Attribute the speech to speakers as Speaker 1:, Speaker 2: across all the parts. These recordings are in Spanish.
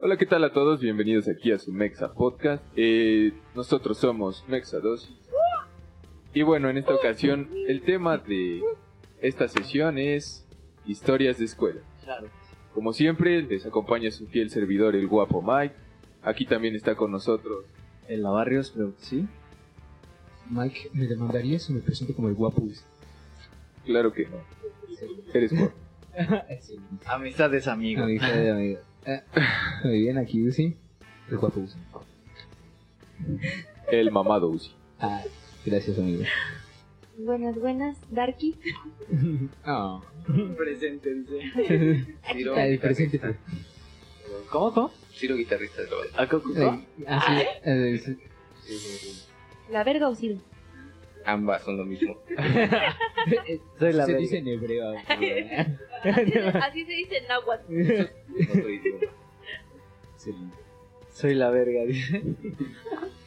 Speaker 1: Hola, ¿qué tal a todos? Bienvenidos aquí a su Mexa Podcast. Eh, nosotros somos Mexa 2. Y bueno, en esta ocasión el tema de esta sesión es historias de escuela.
Speaker 2: Claro.
Speaker 1: Como siempre, les acompaña su fiel servidor, el guapo Mike. Aquí también está con nosotros.
Speaker 2: En la barrios, creo que sí.
Speaker 3: Mike, ¿me demandarías si me presento como el guapo?
Speaker 1: Claro que no. Eres guapo.
Speaker 3: Sí.
Speaker 2: Amistades, amigos.
Speaker 3: Amigo de amigo. Eh, Muy bien, aquí Uzi. El guapo Uzi.
Speaker 1: El mamado Uzi.
Speaker 3: Ah, gracias, amigo.
Speaker 4: Buenas, buenas, Darky.
Speaker 3: Ah,
Speaker 2: Preséntense.
Speaker 5: Ciro,
Speaker 3: el presente.
Speaker 5: guitarrista.
Speaker 2: ¿Cómo, cómo?
Speaker 5: Ciro, guitarrista de la banda.
Speaker 2: ¿A Coco?
Speaker 3: Eh, ah, sí, eh, sí.
Speaker 4: La verga o Ciro.
Speaker 5: Ambas son lo mismo.
Speaker 2: Soy la
Speaker 3: Se
Speaker 2: verga.
Speaker 3: dice en hebreo. güey.
Speaker 4: Así se dice en náhuatl.
Speaker 5: No soy idioma.
Speaker 3: Sí.
Speaker 2: Soy la verga. dice.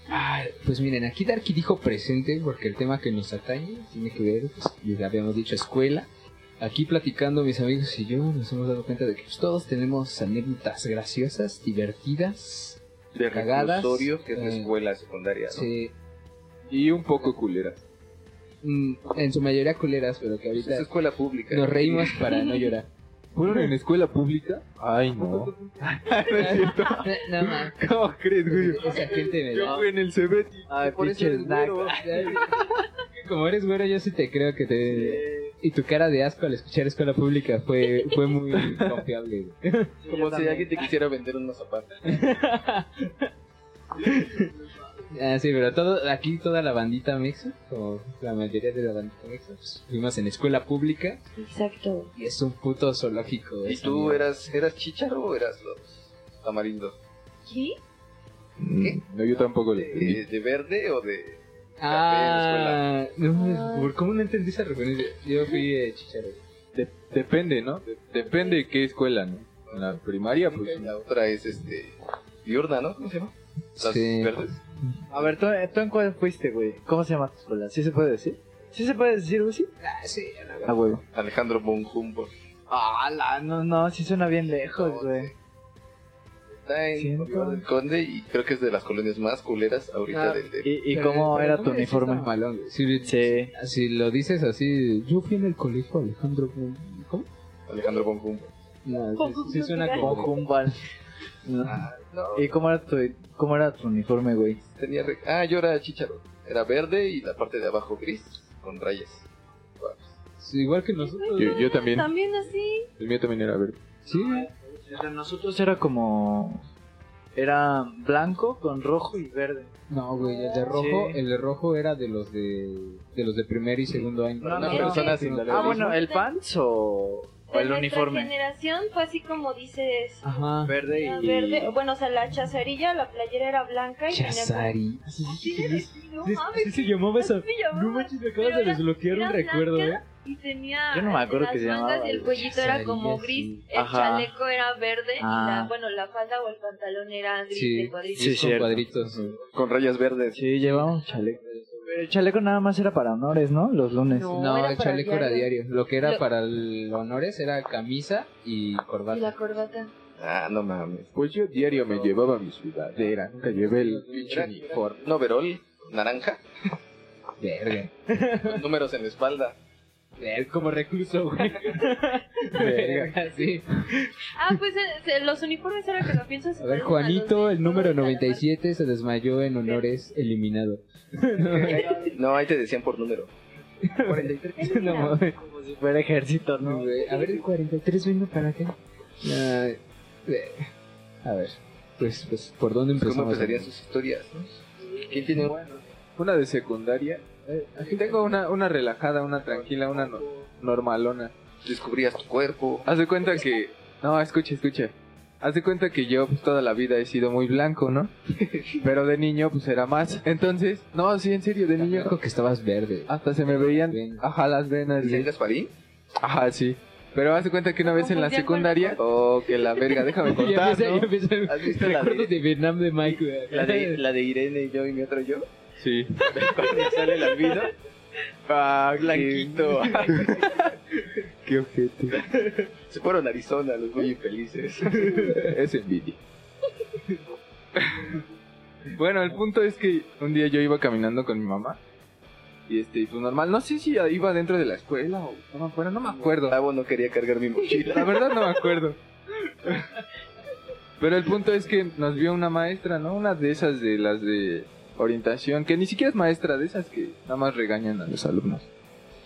Speaker 3: Ah, pues miren, aquí Darky dijo presente porque el tema que nos atañe tiene que ver, pues, ya habíamos dicho, escuela. Aquí platicando mis amigos y yo nos hemos dado cuenta de que pues, todos tenemos anécdotas graciosas, divertidas,
Speaker 5: De
Speaker 3: Cagadas,
Speaker 5: reclusorio, que es la
Speaker 3: eh,
Speaker 5: escuela secundaria, ¿no?
Speaker 3: se-
Speaker 1: Y un poco culeras.
Speaker 3: mm, en su mayoría culeras, pero que
Speaker 5: Pues es
Speaker 3: ahorita
Speaker 5: escuela pública.
Speaker 3: nos reímos para no llorar.
Speaker 1: ¿Fueron en escuela pública? Ay, no. no es cierto.
Speaker 3: No, no,
Speaker 1: ¿Cómo crees, güey?
Speaker 3: esa gente me
Speaker 1: Yo
Speaker 3: da.
Speaker 1: fui en el Cebeti.
Speaker 2: Ay,
Speaker 1: Por eso
Speaker 2: pinche
Speaker 1: eres güero.
Speaker 2: naco.
Speaker 3: Como eres güero, yo sí te creo que te.
Speaker 2: Eh,
Speaker 3: Y tu cara de asco al escuchar escuela pública fue, fue muy confiable. güey.
Speaker 5: Como
Speaker 2: Yo
Speaker 5: si
Speaker 2: también.
Speaker 5: alguien te quisiera vender un mazapán.
Speaker 3: Ah, sí, pero todo, aquí toda la bandita mexa, o la mayoría de la bandita mexa, pues, fuimos en escuela pública
Speaker 4: Exacto.
Speaker 3: y es un puto zoológico.
Speaker 2: Pues,
Speaker 5: ¿Y
Speaker 3: esa
Speaker 5: tú
Speaker 3: mierda.
Speaker 5: eras, eras chicharo o eras los tamarindos?
Speaker 4: ¿Qué?
Speaker 1: No, yo tampoco le
Speaker 5: ¿De, de verde o de...?
Speaker 3: Ah,
Speaker 4: Ah.
Speaker 3: no, ¿por ¿cómo no entendí esa referencia? Yo fui eh, chicharo.
Speaker 1: De- depende, ¿no? De- depende de qué escuela, ¿no? En la primaria, pues.
Speaker 5: La otra es, este... Diurna, ¿no? ¿Cómo se llama? Las
Speaker 3: Sí.
Speaker 5: verdes.
Speaker 2: A ver, ¿tú, ¿tú en cuál fuiste, güey? ¿Cómo se llama tu escuela? ¿Sí se puede decir? ¿Sí se puede decir, güey? Sí.
Speaker 3: Ah, sí,
Speaker 2: A huevo.
Speaker 5: Alejandro Bonjumbo.
Speaker 2: Ah, la, no, no, sí suena bien lejos, güey.
Speaker 5: Está en
Speaker 2: Siento.
Speaker 5: Bolívar del Conde y creo que es de las colonias más culeras ahorita
Speaker 3: Ah,
Speaker 5: del... del-
Speaker 2: ¿Y, y
Speaker 3: Pero-
Speaker 2: cómo
Speaker 3: pero
Speaker 2: era
Speaker 3: ¿cómo
Speaker 2: tu
Speaker 3: le decís
Speaker 2: uniforme?
Speaker 3: tan malón, güey? Si,
Speaker 2: Sí.
Speaker 3: si lo dices así, yo fui en el colegio Alejandro. ¿Cómo?
Speaker 5: Alejandro Bonjumbo.
Speaker 3: No,
Speaker 4: Con
Speaker 3: sí, sí suena
Speaker 4: cultura.
Speaker 2: Con
Speaker 3: como.
Speaker 2: Jumbal. No.
Speaker 5: Ah, no.
Speaker 2: ¿Y cómo era tu, cómo era tu uniforme, güey?
Speaker 5: Tenía re- Ah, yo era chicharo. Era verde y la parte de abajo gris, con rayas.
Speaker 3: sí, igual que nosotros.
Speaker 1: Yo, yo también.
Speaker 4: También así.
Speaker 1: El mío también era verde.
Speaker 3: Sí, güey.
Speaker 2: El de nosotros era como... Era blanco con rojo y verde.
Speaker 3: No, güey, el de rojo,
Speaker 2: Sí.
Speaker 3: el de rojo era de los de, de los de primer y segundo año.
Speaker 2: No,
Speaker 5: Una
Speaker 2: no,
Speaker 5: persona
Speaker 4: no.
Speaker 5: sin
Speaker 2: Ah,
Speaker 5: daltonismo.
Speaker 2: bueno, ¿el pants o, o
Speaker 4: De
Speaker 2: el
Speaker 4: nuestra
Speaker 2: uniforme?
Speaker 4: generación fue así como dices.
Speaker 3: Ajá.
Speaker 2: Verde
Speaker 4: la
Speaker 2: y...
Speaker 4: Verde. Bueno, o sea, la chazarilla, la playera era blanca y tenía.
Speaker 3: Chazari.
Speaker 4: como- Así de vestido, mames.
Speaker 3: se llamaba
Speaker 4: así me llamaba.
Speaker 3: me
Speaker 4: Pero era-
Speaker 3: desbloquear
Speaker 4: era blanca Y tenía
Speaker 2: Yo no me acuerdo
Speaker 4: las
Speaker 2: que se
Speaker 4: mangas
Speaker 2: llamaba,
Speaker 4: y el
Speaker 2: güey.
Speaker 4: cuellito era como
Speaker 3: Chazarilla,
Speaker 4: gris,
Speaker 3: sí.
Speaker 4: el
Speaker 2: Ajá.
Speaker 4: chaleco era verde y
Speaker 2: Ah.
Speaker 4: la, bueno, la falda o el pantalón era gris
Speaker 3: Sí.
Speaker 4: de cuadritos.
Speaker 2: Sí,
Speaker 3: Sí, con
Speaker 2: cierto.
Speaker 3: cuadritos.
Speaker 5: Con rayas verdes.
Speaker 2: Sí, llevamos chaleco. Pero el chaleco nada más era para honores, ¿no? Los lunes.
Speaker 4: No.
Speaker 3: No,
Speaker 4: era
Speaker 3: el
Speaker 4: para
Speaker 3: chaleco era
Speaker 4: diario.
Speaker 3: diario. Lo que era
Speaker 4: Lo-
Speaker 3: para el honores era camisa y
Speaker 4: Y
Speaker 3: corbata.
Speaker 4: la corbata.
Speaker 5: Ah, no mames.
Speaker 1: Pues yo diario me llevaba mi sudadera. Nunca llevé el pinche uniforme.
Speaker 5: Un overol naranja,
Speaker 3: Verga.
Speaker 5: con números en la espalda.
Speaker 3: Ver, como recluso, güey. Verga, sí.
Speaker 4: Ah, pues eh, se- los uniformes ahora que lo pienso. se
Speaker 3: A ver,
Speaker 4: parecen
Speaker 3: Juanito,
Speaker 4: los de-
Speaker 3: el número
Speaker 4: todos a la
Speaker 3: 97, se desmayó en honores eliminado.
Speaker 5: No, ahí te decían por número.
Speaker 4: Es
Speaker 3: No
Speaker 4: mira.
Speaker 3: mames.
Speaker 2: Como si fuera ejército, ¿no?
Speaker 3: güey. A ver, el 43 vino para acá. Nah, eh, a ver, pues, pues, ¿por dónde
Speaker 5: Pues, ¿Cómo
Speaker 3: empezamos?
Speaker 5: empezarían sus historias? no? ¿Quién tiene un
Speaker 1: Una de secundaria. Eh, aquí tengo una, una relajada, una tranquila, una no- normalona.
Speaker 5: Descubrías tu cuerpo.
Speaker 1: Haz de cuenta que. No, escucha, escucha. Haz de cuenta que yo pues, toda la vida he sido muy blanco, ¿no? Pero de niño pues era más. Entonces, no, sí, en serio, de niño
Speaker 3: Yo que estabas verde.
Speaker 1: hasta se me veían, ajá, las venas.
Speaker 5: ¿Decían
Speaker 1: y-
Speaker 5: Gasparín?
Speaker 1: Ajá, sí. Pero hace cuenta que una vez en la
Speaker 4: confundían con
Speaker 1: secundaria. Oh, que la verga, déjame
Speaker 3: Ya
Speaker 1: contar.
Speaker 3: empieza,
Speaker 1: ¿no?
Speaker 3: ya empieza.
Speaker 5: ¿Has visto la
Speaker 3: Recuerdos
Speaker 5: de,
Speaker 3: de Vietnam de Mike, güey.
Speaker 5: la, de, la de Irene y yo y mi otro yo?
Speaker 1: Sí.
Speaker 5: Cuando sale el albino. Ah, blanquito.
Speaker 1: Qué objeto.
Speaker 5: Se fueron a Arizona, los muy infelices.
Speaker 1: Es envidia. Bueno, el punto es que un día yo iba caminando con mi mamá. Y este, y pues normal, no sé si iba dentro de la escuela o estaba afuera, no me acuerdo.
Speaker 5: Tavo no quería cargar mi mochila.
Speaker 1: La verdad no me acuerdo. Pero el punto es que nos vio una maestra, ¿no? Una de esas de las de orientación, que ni siquiera es maestra, de esas que nada más regañan a los alumnos.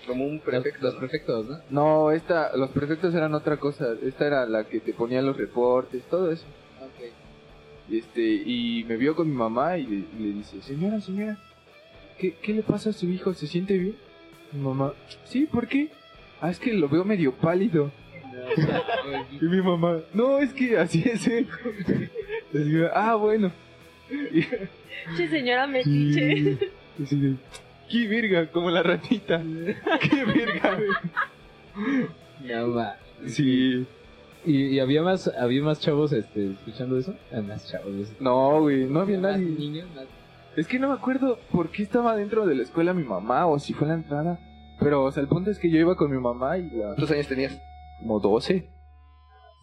Speaker 5: Como un
Speaker 3: Los,
Speaker 5: prefecto.
Speaker 3: los
Speaker 5: ¿no?
Speaker 3: prefectos, ¿no?
Speaker 1: No, esta, los prefectos eran otra cosa, esta era la que te ponía los reportes, todo eso. Y este, y me vio con mi mamá y le, y le dice, señora, señora, ¿qué, ¿qué le pasa a su hijo? ¿Se siente bien? Mi mamá, sí, ¿por qué? Ah, es que lo veo medio pálido. Y mi mamá, no, es que así es él. Les digo, ah, bueno.
Speaker 4: Che, señora metiche.
Speaker 1: Y así de, qué verga, como la ratita. Qué verga.
Speaker 3: Ya va.
Speaker 1: Sí.
Speaker 3: ¿Y, y había más había más chavos este, escuchando eso? Ah, más chavos. este.
Speaker 1: No, güey, no había
Speaker 3: Más
Speaker 1: nadie.
Speaker 3: niños, más-
Speaker 1: Es que no me acuerdo por qué estaba dentro de la escuela mi mamá o si fue la entrada. Pero, o sea, el punto es que yo iba con mi mamá y la...
Speaker 5: ¿Cuántos años tenías?
Speaker 1: Como 12.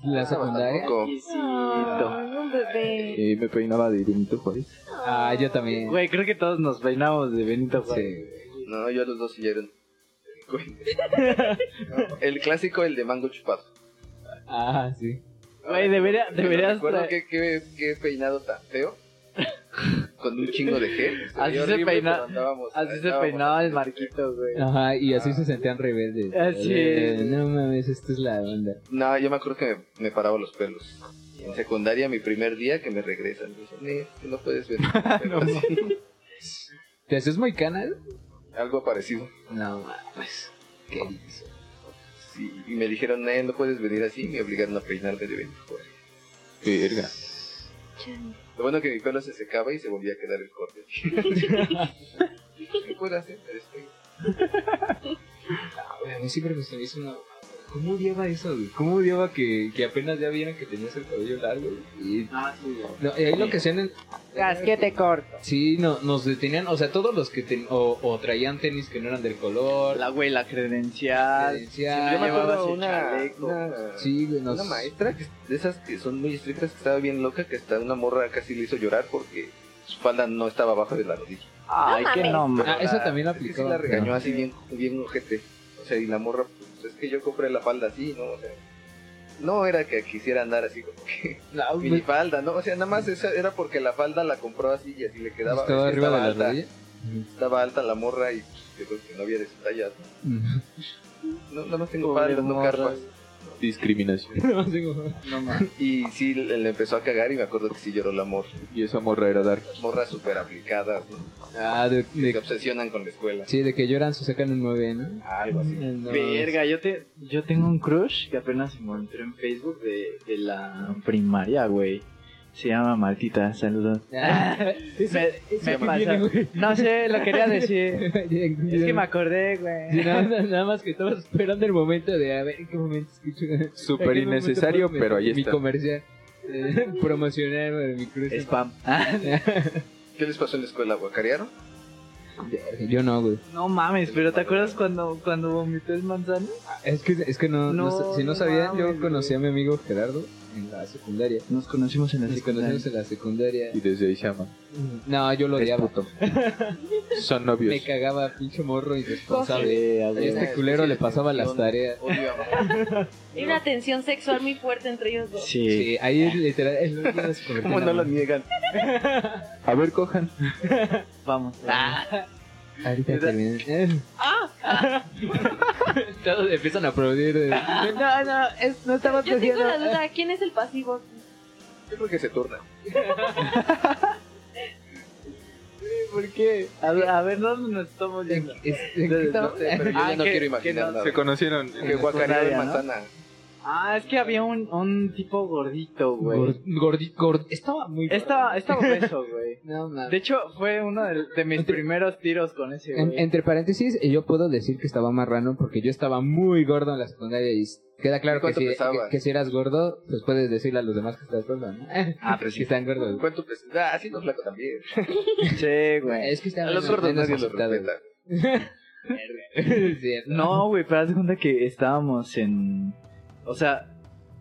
Speaker 3: La secundaria.
Speaker 5: Ah, Tampoco.
Speaker 4: Ay, un bebé.
Speaker 1: Y me peinaba de pues. Benito Juárez.
Speaker 3: Ah, yo también.
Speaker 2: Güey, creo que todos nos peinamos de Benito Juárez.
Speaker 3: Sí.
Speaker 5: No, yo a los dos sí ya era un- El clásico, el de mango chupado.
Speaker 3: Ah, sí.
Speaker 2: Güey, debería,
Speaker 5: Pero
Speaker 2: deberías.
Speaker 5: Recuerdo
Speaker 2: tra-
Speaker 5: que, que, que peinado tan feo. Con un chingo de gel. veía
Speaker 2: Así se
Speaker 5: horrible,
Speaker 2: peina-
Speaker 5: pero andábamos-
Speaker 2: Así se
Speaker 5: andábamos
Speaker 2: peinaba el
Speaker 5: así.
Speaker 2: Marquito, güey.
Speaker 3: Ajá, y así se sentían rebeldes.
Speaker 2: Así
Speaker 3: Eh,
Speaker 2: es.
Speaker 3: No mames, esta es la onda.
Speaker 5: No, yo me acuerdo que me, me paraba los pelos. En secundaria, mi primer día que me regresan. me dicen, "Eh, no puedes ver. Pero sí,
Speaker 3: ¿Te haces moicana?
Speaker 5: algo parecido.
Speaker 3: No mames. ¿Qué dices?
Speaker 5: Sí, y me dijeron, "Eh, no puedes venir así. Me obligaron a peinarme de 24.
Speaker 1: Verga.
Speaker 5: Lo bueno que mi pelo se secaba y se volvía a quedar el corte. ¿Qué puedo hacer? Este,
Speaker 3: Güey, A mí siempre me se me hizo una... ¿Cómo odiaba eso, güey? ¿Cómo odiaba que, que apenas ya vieran que tenías el cabello largo? güey? Y,
Speaker 2: Ah, sí,
Speaker 3: no, y ahí lo que hacían... en-
Speaker 4: Casquete corto.
Speaker 3: Sí, no, nos detenían, o sea, todos los que ten- o, o traían tenis que no eran del color.
Speaker 2: La güey, la credencial.
Speaker 3: credencial.
Speaker 2: Yo me acuerdo
Speaker 5: Llevaba ese
Speaker 2: una-
Speaker 5: chaleco.
Speaker 3: Sí, güey, nos-
Speaker 5: Una maestra que- de esas que son muy estrictas, que estaba bien loca, que hasta una morra casi le hizo llorar porque su falda no estaba abajo de la rodilla.
Speaker 2: Ay,
Speaker 4: No
Speaker 2: qué
Speaker 4: mames.
Speaker 2: nombre.
Speaker 3: Ah, esa también la
Speaker 5: Es que sí
Speaker 3: aplicó.
Speaker 5: la regañó así bien, bien ojete. O sea, y la morra, pues, es que yo compré la falda así, ¿no? O sea, no era que quisiera andar así como que
Speaker 3: Pues,
Speaker 5: mi falda, ¿no? O sea, nada más esa era porque la falda la compró así y así le quedaba. Es
Speaker 3: Pues, Estaba
Speaker 5: que
Speaker 3: arriba de la
Speaker 5: alta,
Speaker 3: rodilla.
Speaker 5: Estaba alta la morra y pues, yo creo que no había de su talla. No, nada más tengo
Speaker 2: Pobre
Speaker 5: faldas, no
Speaker 2: morra.
Speaker 5: carpas.
Speaker 1: Discriminación.
Speaker 3: No, tengo-
Speaker 2: No mames.
Speaker 5: Y sí, le, le empezó a cagar y me acuerdo que sí lloró la morra.
Speaker 1: Y esa morra era dark.
Speaker 5: Morra súper aplicada, ¿no?
Speaker 3: Ah, de,
Speaker 5: que se
Speaker 3: de-
Speaker 5: obsesionan con la escuela.
Speaker 3: sí, de que lloran, se sacan un 9, ¿no?
Speaker 5: Algo así.
Speaker 3: No,
Speaker 2: Verga, yo, te, yo tengo un crush que apenas encontré en Facebook de, de la primaria, güey. Se llama Martita, saludos.
Speaker 3: Ah,
Speaker 2: me me
Speaker 5: que
Speaker 2: pasa.
Speaker 3: viene, güey.
Speaker 2: no sé, lo quería decir. es
Speaker 3: es
Speaker 2: que me acordé,
Speaker 3: Sí,
Speaker 2: güey.
Speaker 3: nada, nada- nada más que estaba esperando el momento de a ver en qué momento escucho. en qué
Speaker 1: Súper
Speaker 3: momento
Speaker 1: innecesario,
Speaker 3: puedo meter
Speaker 1: pero ahí
Speaker 3: Mi
Speaker 1: está.
Speaker 3: comercial. eh, promocionar eh, mi cruz.
Speaker 2: Spam. Ah,
Speaker 5: ¿Qué les pasó en la escuela? ¿Guacarearon?
Speaker 3: Yo no, güey.
Speaker 2: No mames, pero ¿te acuerdas cuando, cuando vomitó el manzano?
Speaker 3: Es que, es que no, no
Speaker 2: No,
Speaker 3: sa- si no
Speaker 2: no
Speaker 3: sabían, yo
Speaker 2: mames,
Speaker 3: conocí a mi amigo Gerardo en la secundaria.
Speaker 2: Nos conocimos en la
Speaker 3: Nos
Speaker 2: secundaria.
Speaker 3: conocimos en la secundaria.
Speaker 1: Y desde ahí se aman.
Speaker 3: No, yo lo odiaba.
Speaker 1: Son novios.
Speaker 3: Me cagaba, pinche morro irresponsable.
Speaker 2: Sí, a
Speaker 3: Y
Speaker 5: Ah,
Speaker 2: huevo.
Speaker 3: este culero le pasaba las tareas.
Speaker 5: Odio a
Speaker 4: Hay una tensión sexual muy fuerte entre ellos dos.
Speaker 2: Sí.
Speaker 3: Sí, ahí es literal es lo que nos convirtió
Speaker 5: ¿Cómo
Speaker 3: en
Speaker 5: no lo
Speaker 3: amor.
Speaker 5: niegan?
Speaker 1: A ver, cojan.
Speaker 2: Vamos.
Speaker 3: Ahorita terminan. Todos empiezan a aplaudir. eh.
Speaker 2: No, no, es- no estaba
Speaker 4: Yo tengo
Speaker 2: cogiendo.
Speaker 4: la duda, ¿quién es el pasivo? aquí?
Speaker 5: Yo creo que se turnan.
Speaker 2: ¿Por qué? A, ver- a ver, ¿dónde nos estamos yendo?
Speaker 3: Es- ¿en
Speaker 2: No,
Speaker 3: qué
Speaker 5: No
Speaker 3: estaba?
Speaker 5: sé, pero yo
Speaker 2: Ah,
Speaker 5: ya no
Speaker 2: que-
Speaker 5: quiero
Speaker 2: que
Speaker 5: imaginar
Speaker 2: no-
Speaker 5: nada.
Speaker 1: Se conocieron.
Speaker 5: Que guacarearon
Speaker 2: Guacarearon, ¿no?
Speaker 5: manzana.
Speaker 2: Ah, es que había un, un tipo gordito,
Speaker 3: Gord-
Speaker 2: güey.
Speaker 3: gordi- gord- Estaba muy gordo.
Speaker 2: Estaba, estaba obeso, güey.
Speaker 3: No, mames.
Speaker 2: De hecho, fue uno de, de mis primeros tiros con ese,
Speaker 3: En-
Speaker 2: güey.
Speaker 3: entre paréntesis, yo puedo decir que estaba marrano porque yo estaba muy gordo en la secundaria y queda claro
Speaker 5: ¿Y
Speaker 3: que
Speaker 5: cuánto
Speaker 3: si, que,
Speaker 5: pesabas?
Speaker 3: que si eras gordo, pues puedes decirle a los demás que estás gordo, ¿no?
Speaker 5: Ah, pero
Speaker 3: Que están gordos.
Speaker 5: ¿Cuánto pes- Ah, sí, no flaco también.
Speaker 2: Sí, güey.
Speaker 3: Es que
Speaker 5: A
Speaker 3: estaban
Speaker 5: los gordos
Speaker 3: menos
Speaker 5: nadie los
Speaker 3: aceptados.
Speaker 5: respeta.
Speaker 3: Es cierto.
Speaker 2: No, güey, pero haz de cuenta que estábamos en... O sea,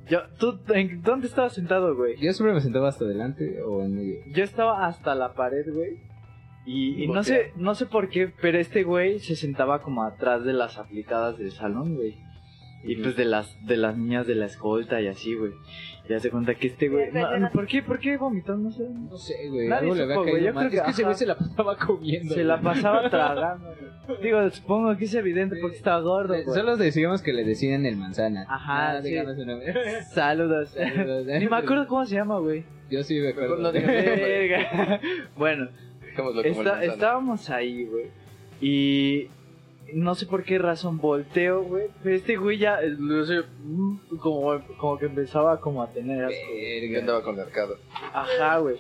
Speaker 2: Yo, ¿tú en dónde estabas sentado, güey?
Speaker 3: Yo siempre me sentaba hasta adelante o en medio.
Speaker 2: Yo estaba hasta la pared, güey. Y, y no
Speaker 5: Voltea.
Speaker 2: sé, no sé por qué, pero este güey se sentaba como atrás de las aplicadas del salón, güey. Y pues de las de las niñas de la escolta y así, güey. Ya se cuenta que este güey. No, no, ¿Por qué? ¿Por qué vomitó? No sé.
Speaker 3: No sé, güey.
Speaker 2: Nadie
Speaker 3: Algo le había
Speaker 2: supo, güey,
Speaker 3: caído
Speaker 2: yo
Speaker 3: mal.
Speaker 2: creo que-
Speaker 3: es que ese
Speaker 2: ajá.
Speaker 3: güey se la pasaba comiendo.
Speaker 2: Se
Speaker 3: güey.
Speaker 2: la pasaba tragando. güey. Digo, supongo que es evidente porque está gordo,
Speaker 3: Eh,
Speaker 2: güey.
Speaker 3: Solo decíamos que le decían el manzana.
Speaker 2: Ajá,
Speaker 3: Ah,
Speaker 2: sí.
Speaker 3: díganos su nombre.
Speaker 2: Saludos. Ni me acuerdo cómo se llama, güey.
Speaker 3: Yo sí me acuerdo.
Speaker 5: Mejor no digas.
Speaker 2: Verga. bueno,
Speaker 5: Dejémoslo como
Speaker 2: Está-
Speaker 5: el manzana.
Speaker 2: estábamos ahí, güey. Y no sé por qué razón volteo, güey. Pero este güey ya, eh, no sé, mm, como, como que empezaba como a tener asco.
Speaker 5: Eh, Yo andaba con el arcado.
Speaker 2: Ajá, güey.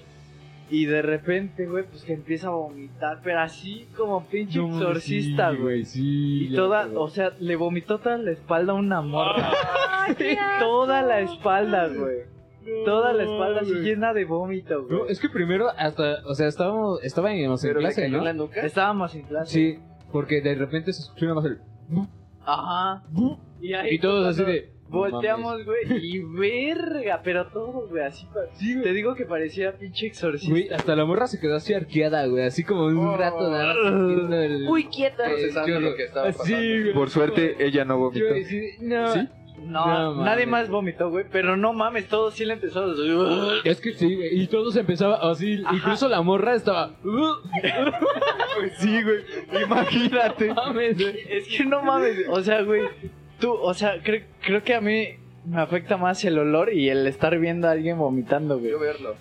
Speaker 2: Y de repente, güey, pues que empieza a vomitar, pero así como pinche exorcista, güey.
Speaker 3: Sí,
Speaker 2: y toda, o sea, le vomitó toda la espalda a una morra.
Speaker 4: Ay, qué asco.
Speaker 2: toda la espalda, güey. Toda la espalda así llena de vómito, güey.
Speaker 3: es que primero hasta, o sea, estábamos, estábamos en
Speaker 5: Pero le
Speaker 3: clase,
Speaker 5: cayó en
Speaker 3: ¿no?
Speaker 5: la nuca.
Speaker 2: Estábamos en clase.
Speaker 3: Sí, porque de repente se escuchó nada más el
Speaker 2: Ajá. Y, ahí
Speaker 3: ¿Mm? y todos así
Speaker 2: cuando
Speaker 3: de
Speaker 2: Volteamos, güey, y verga, pero todo, güey, así. pa- Te digo que parecía pinche
Speaker 3: "No mames". Güey,
Speaker 2: exorcista.
Speaker 3: hasta la morra se quedó así arqueada, güey, así como un
Speaker 5: Oh.
Speaker 3: rato nada más sintiendo el-
Speaker 4: Uy, quieto.
Speaker 5: Procesando
Speaker 3: yo-
Speaker 5: lo que estaba pasando.
Speaker 3: Sí, güey.
Speaker 1: Por suerte, ella no
Speaker 3: Yo
Speaker 1: vomitó.
Speaker 3: decí, no.
Speaker 1: ¿Sí?
Speaker 2: No,
Speaker 3: no
Speaker 2: nadie más
Speaker 3: mames.
Speaker 2: vomitó, güey, pero no mames, todos sí le empezaron. a-
Speaker 3: Es que sí, güey. Y todos empezaban así.
Speaker 2: Ajá.
Speaker 3: Incluso la morra estaba.
Speaker 1: Sí, güey. Imagínate.
Speaker 3: Mames, güey.
Speaker 2: Es que no mames, o sea, güey, tú, o sea, creo, creo que a mí me afecta más el olor y el estar viendo a alguien vomitando, güey.
Speaker 5: Yo verlo.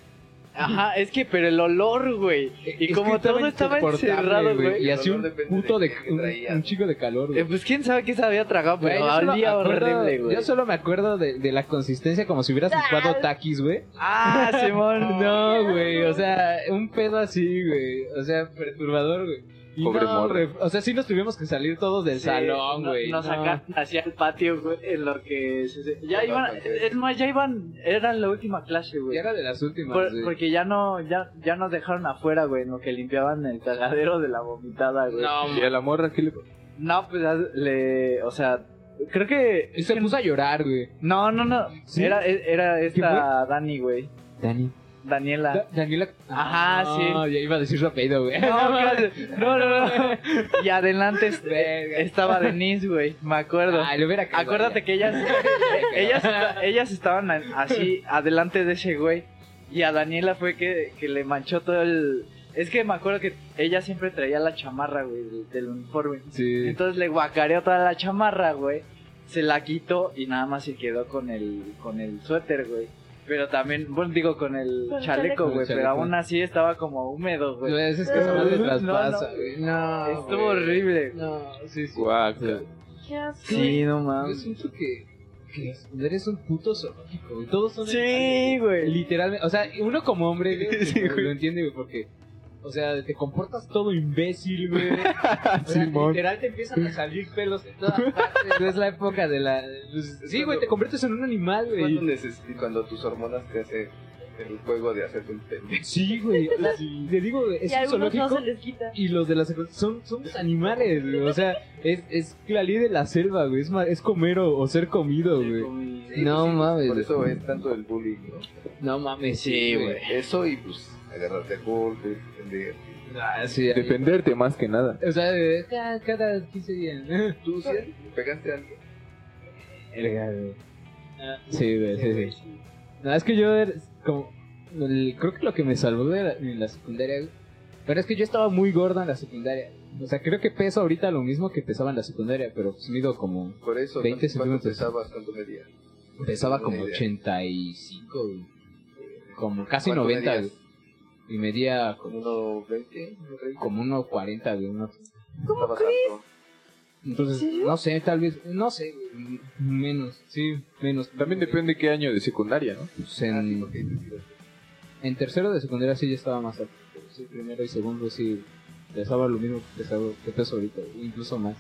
Speaker 2: Ajá, es que, pero el olor, güey. Y
Speaker 3: Es
Speaker 2: como
Speaker 3: que
Speaker 2: todo estaba
Speaker 3: insoportable,
Speaker 2: encerrado,
Speaker 3: Y
Speaker 2: güey.
Speaker 3: así
Speaker 5: El
Speaker 3: un
Speaker 5: olor depende
Speaker 3: puto
Speaker 5: de
Speaker 3: de.
Speaker 5: qué
Speaker 3: Un,
Speaker 5: traías.
Speaker 3: un chico de calor,
Speaker 2: Eh,
Speaker 3: güey.
Speaker 2: pues quién sabe qué se había tragado,
Speaker 3: Güey,
Speaker 2: pero
Speaker 3: yo solo
Speaker 2: olía
Speaker 3: me acuerdo-
Speaker 2: horrible, güey.
Speaker 3: Yo solo me acuerdo de, de la consistencia como si hubieras
Speaker 4: Ah.
Speaker 3: chupado taquis, güey.
Speaker 2: Ah, Simón.
Speaker 3: No, güey, o sea, un pedo así, güey. O sea, perturbador, güey. Y
Speaker 1: Pobre
Speaker 3: no,
Speaker 1: morra.
Speaker 3: ref- O sea, sí nos tuvimos que salir todos del
Speaker 2: Sí,
Speaker 3: salón,
Speaker 2: no-
Speaker 3: güey.
Speaker 2: Nos
Speaker 3: no.
Speaker 2: sacaron hacia el patio, güey, en lo que... se- se- ya
Speaker 5: Perdón,
Speaker 2: iban,
Speaker 5: güey.
Speaker 2: es más, ya iban, era la última clase,
Speaker 3: Y
Speaker 2: güey.
Speaker 3: era de las últimas,
Speaker 2: Por-
Speaker 3: güey.
Speaker 2: porque ya no, ya, ya nos dejaron afuera, güey, en lo que limpiaban el cagadero de la vomitada, güey.
Speaker 3: No,
Speaker 1: ¿Y a la morra qué le
Speaker 2: No, pues, le, o sea, creo que...
Speaker 3: y se puso a llorar, güey.
Speaker 2: No, no, no,
Speaker 3: ¿Sí?
Speaker 2: era, e, era
Speaker 3: ¿Quién
Speaker 2: esta Dani, güey,
Speaker 3: Dani.
Speaker 2: Daniela.
Speaker 3: Da- Daniela. Ah,
Speaker 2: Ajá,
Speaker 3: No,
Speaker 2: sí.
Speaker 3: Ya iba a decir su apellido, güey.
Speaker 2: No, casi- no, no, no. Y adelante est-
Speaker 3: Verga.
Speaker 2: estaba Denise, güey, me acuerdo.
Speaker 3: Ay, lo hubiera cagado,
Speaker 2: Eh, Acuérdate
Speaker 3: ya.
Speaker 2: que ellas, ellas, esta- ellas estaban a- así adelante de ese güey. Y a Daniela fue que, que le manchó todo el... Es que me acuerdo que ella siempre traía la chamarra, güey, del, del uniforme.
Speaker 3: Sí.
Speaker 2: Entonces le guacareó toda la chamarra, güey. Se la quitó y nada más se quedó con el, con el suéter, güey. Pero también, bueno, digo, con el
Speaker 4: Con el chaleco.
Speaker 2: chaleco,
Speaker 3: Con el
Speaker 2: güey. Pero
Speaker 3: chaleco.
Speaker 2: aún así estaba como húmedo,
Speaker 3: No,
Speaker 2: güey.
Speaker 3: es que esa madre
Speaker 2: No,
Speaker 3: traspasa,
Speaker 2: no.
Speaker 3: güey. No.
Speaker 2: Estuvo
Speaker 3: güey.
Speaker 2: horrible.
Speaker 3: No, sí, sí.
Speaker 1: Guaca.
Speaker 4: Qué asco.
Speaker 2: Sí, no
Speaker 3: Yo
Speaker 2: mames.
Speaker 3: siento que, que las mujeres son putos zoológico, güey. Todos son.
Speaker 2: Sí, güey.
Speaker 3: Literalmente. O sea, uno como hombre, güey,
Speaker 2: Sí,
Speaker 3: lo-
Speaker 2: güey.
Speaker 3: lo entiende, güey, porque. O sea, te comportas todo imbécil, güey. O sea,
Speaker 1: Simón.
Speaker 3: literal te empiezan a salir pelos en todas partes. güey. Es la época de la. Sí, güey, te conviertes en un animal,
Speaker 5: Cuando,
Speaker 3: güey.
Speaker 5: neces- cuando tus hormonas te hacen el juego de hacerte un pendejo.
Speaker 3: Sí, güey. o sea, Te digo, güey, es un
Speaker 4: Y a algunos no
Speaker 3: zoológico.
Speaker 4: se les quita.
Speaker 3: Y los de la selva son, son los animales, güey. O sea, es, es la ley de la selva, güey. Es, ma- es comer o, o ser comido, güey. No mames.
Speaker 5: Por eso es tanto el bullying, ¿no?
Speaker 3: No mames.
Speaker 2: Sí, güey.
Speaker 5: Eso y pues agarrarte a golpes, defender.
Speaker 3: Ah, sí, ahí-
Speaker 1: Defenderte más que nada.
Speaker 3: O sea, eh, cada, cada 15 días.
Speaker 5: ¿Tú sí pegaste a alguien?
Speaker 3: Verga, güey. Ah, Sí, güey, sí, sí. No, es que yo era- como, el- creo que lo que me salvó de la, de la secundaria, güey, Pero es que yo estaba muy gorda en la secundaria. O sea, creo que peso ahorita lo mismo que pesaba en la secundaria, pero pues mido como...
Speaker 5: Por eso,
Speaker 3: 20
Speaker 5: ¿cuánto- ¿cuánto
Speaker 3: centímetros.
Speaker 5: pesabas? ¿Cuánto medías?
Speaker 3: Pesaba como
Speaker 5: Una idea.
Speaker 3: 85, güey. Como casi
Speaker 5: ¿Cuánto
Speaker 3: 90,
Speaker 5: medías?
Speaker 3: güey. Y medía como,
Speaker 5: ¿Como uno 20? ¿Uno 30?
Speaker 3: como 1.40, güey. uno-
Speaker 5: ¿Cómo crees?
Speaker 3: Entonces,
Speaker 4: ¿Sí?
Speaker 3: no sé, tal vez, no sé, güey, m- menos, sí, menos.
Speaker 1: También
Speaker 3: depende
Speaker 1: depende qué año de secundaria, ¿no?
Speaker 3: Pues
Speaker 5: Ah,
Speaker 3: en, en tercero de secundaria sí ya estaba más alto. pero Sí, primero y segundo sí pesaba lo mismo que, pesaba, que peso ahorita, güey, incluso más.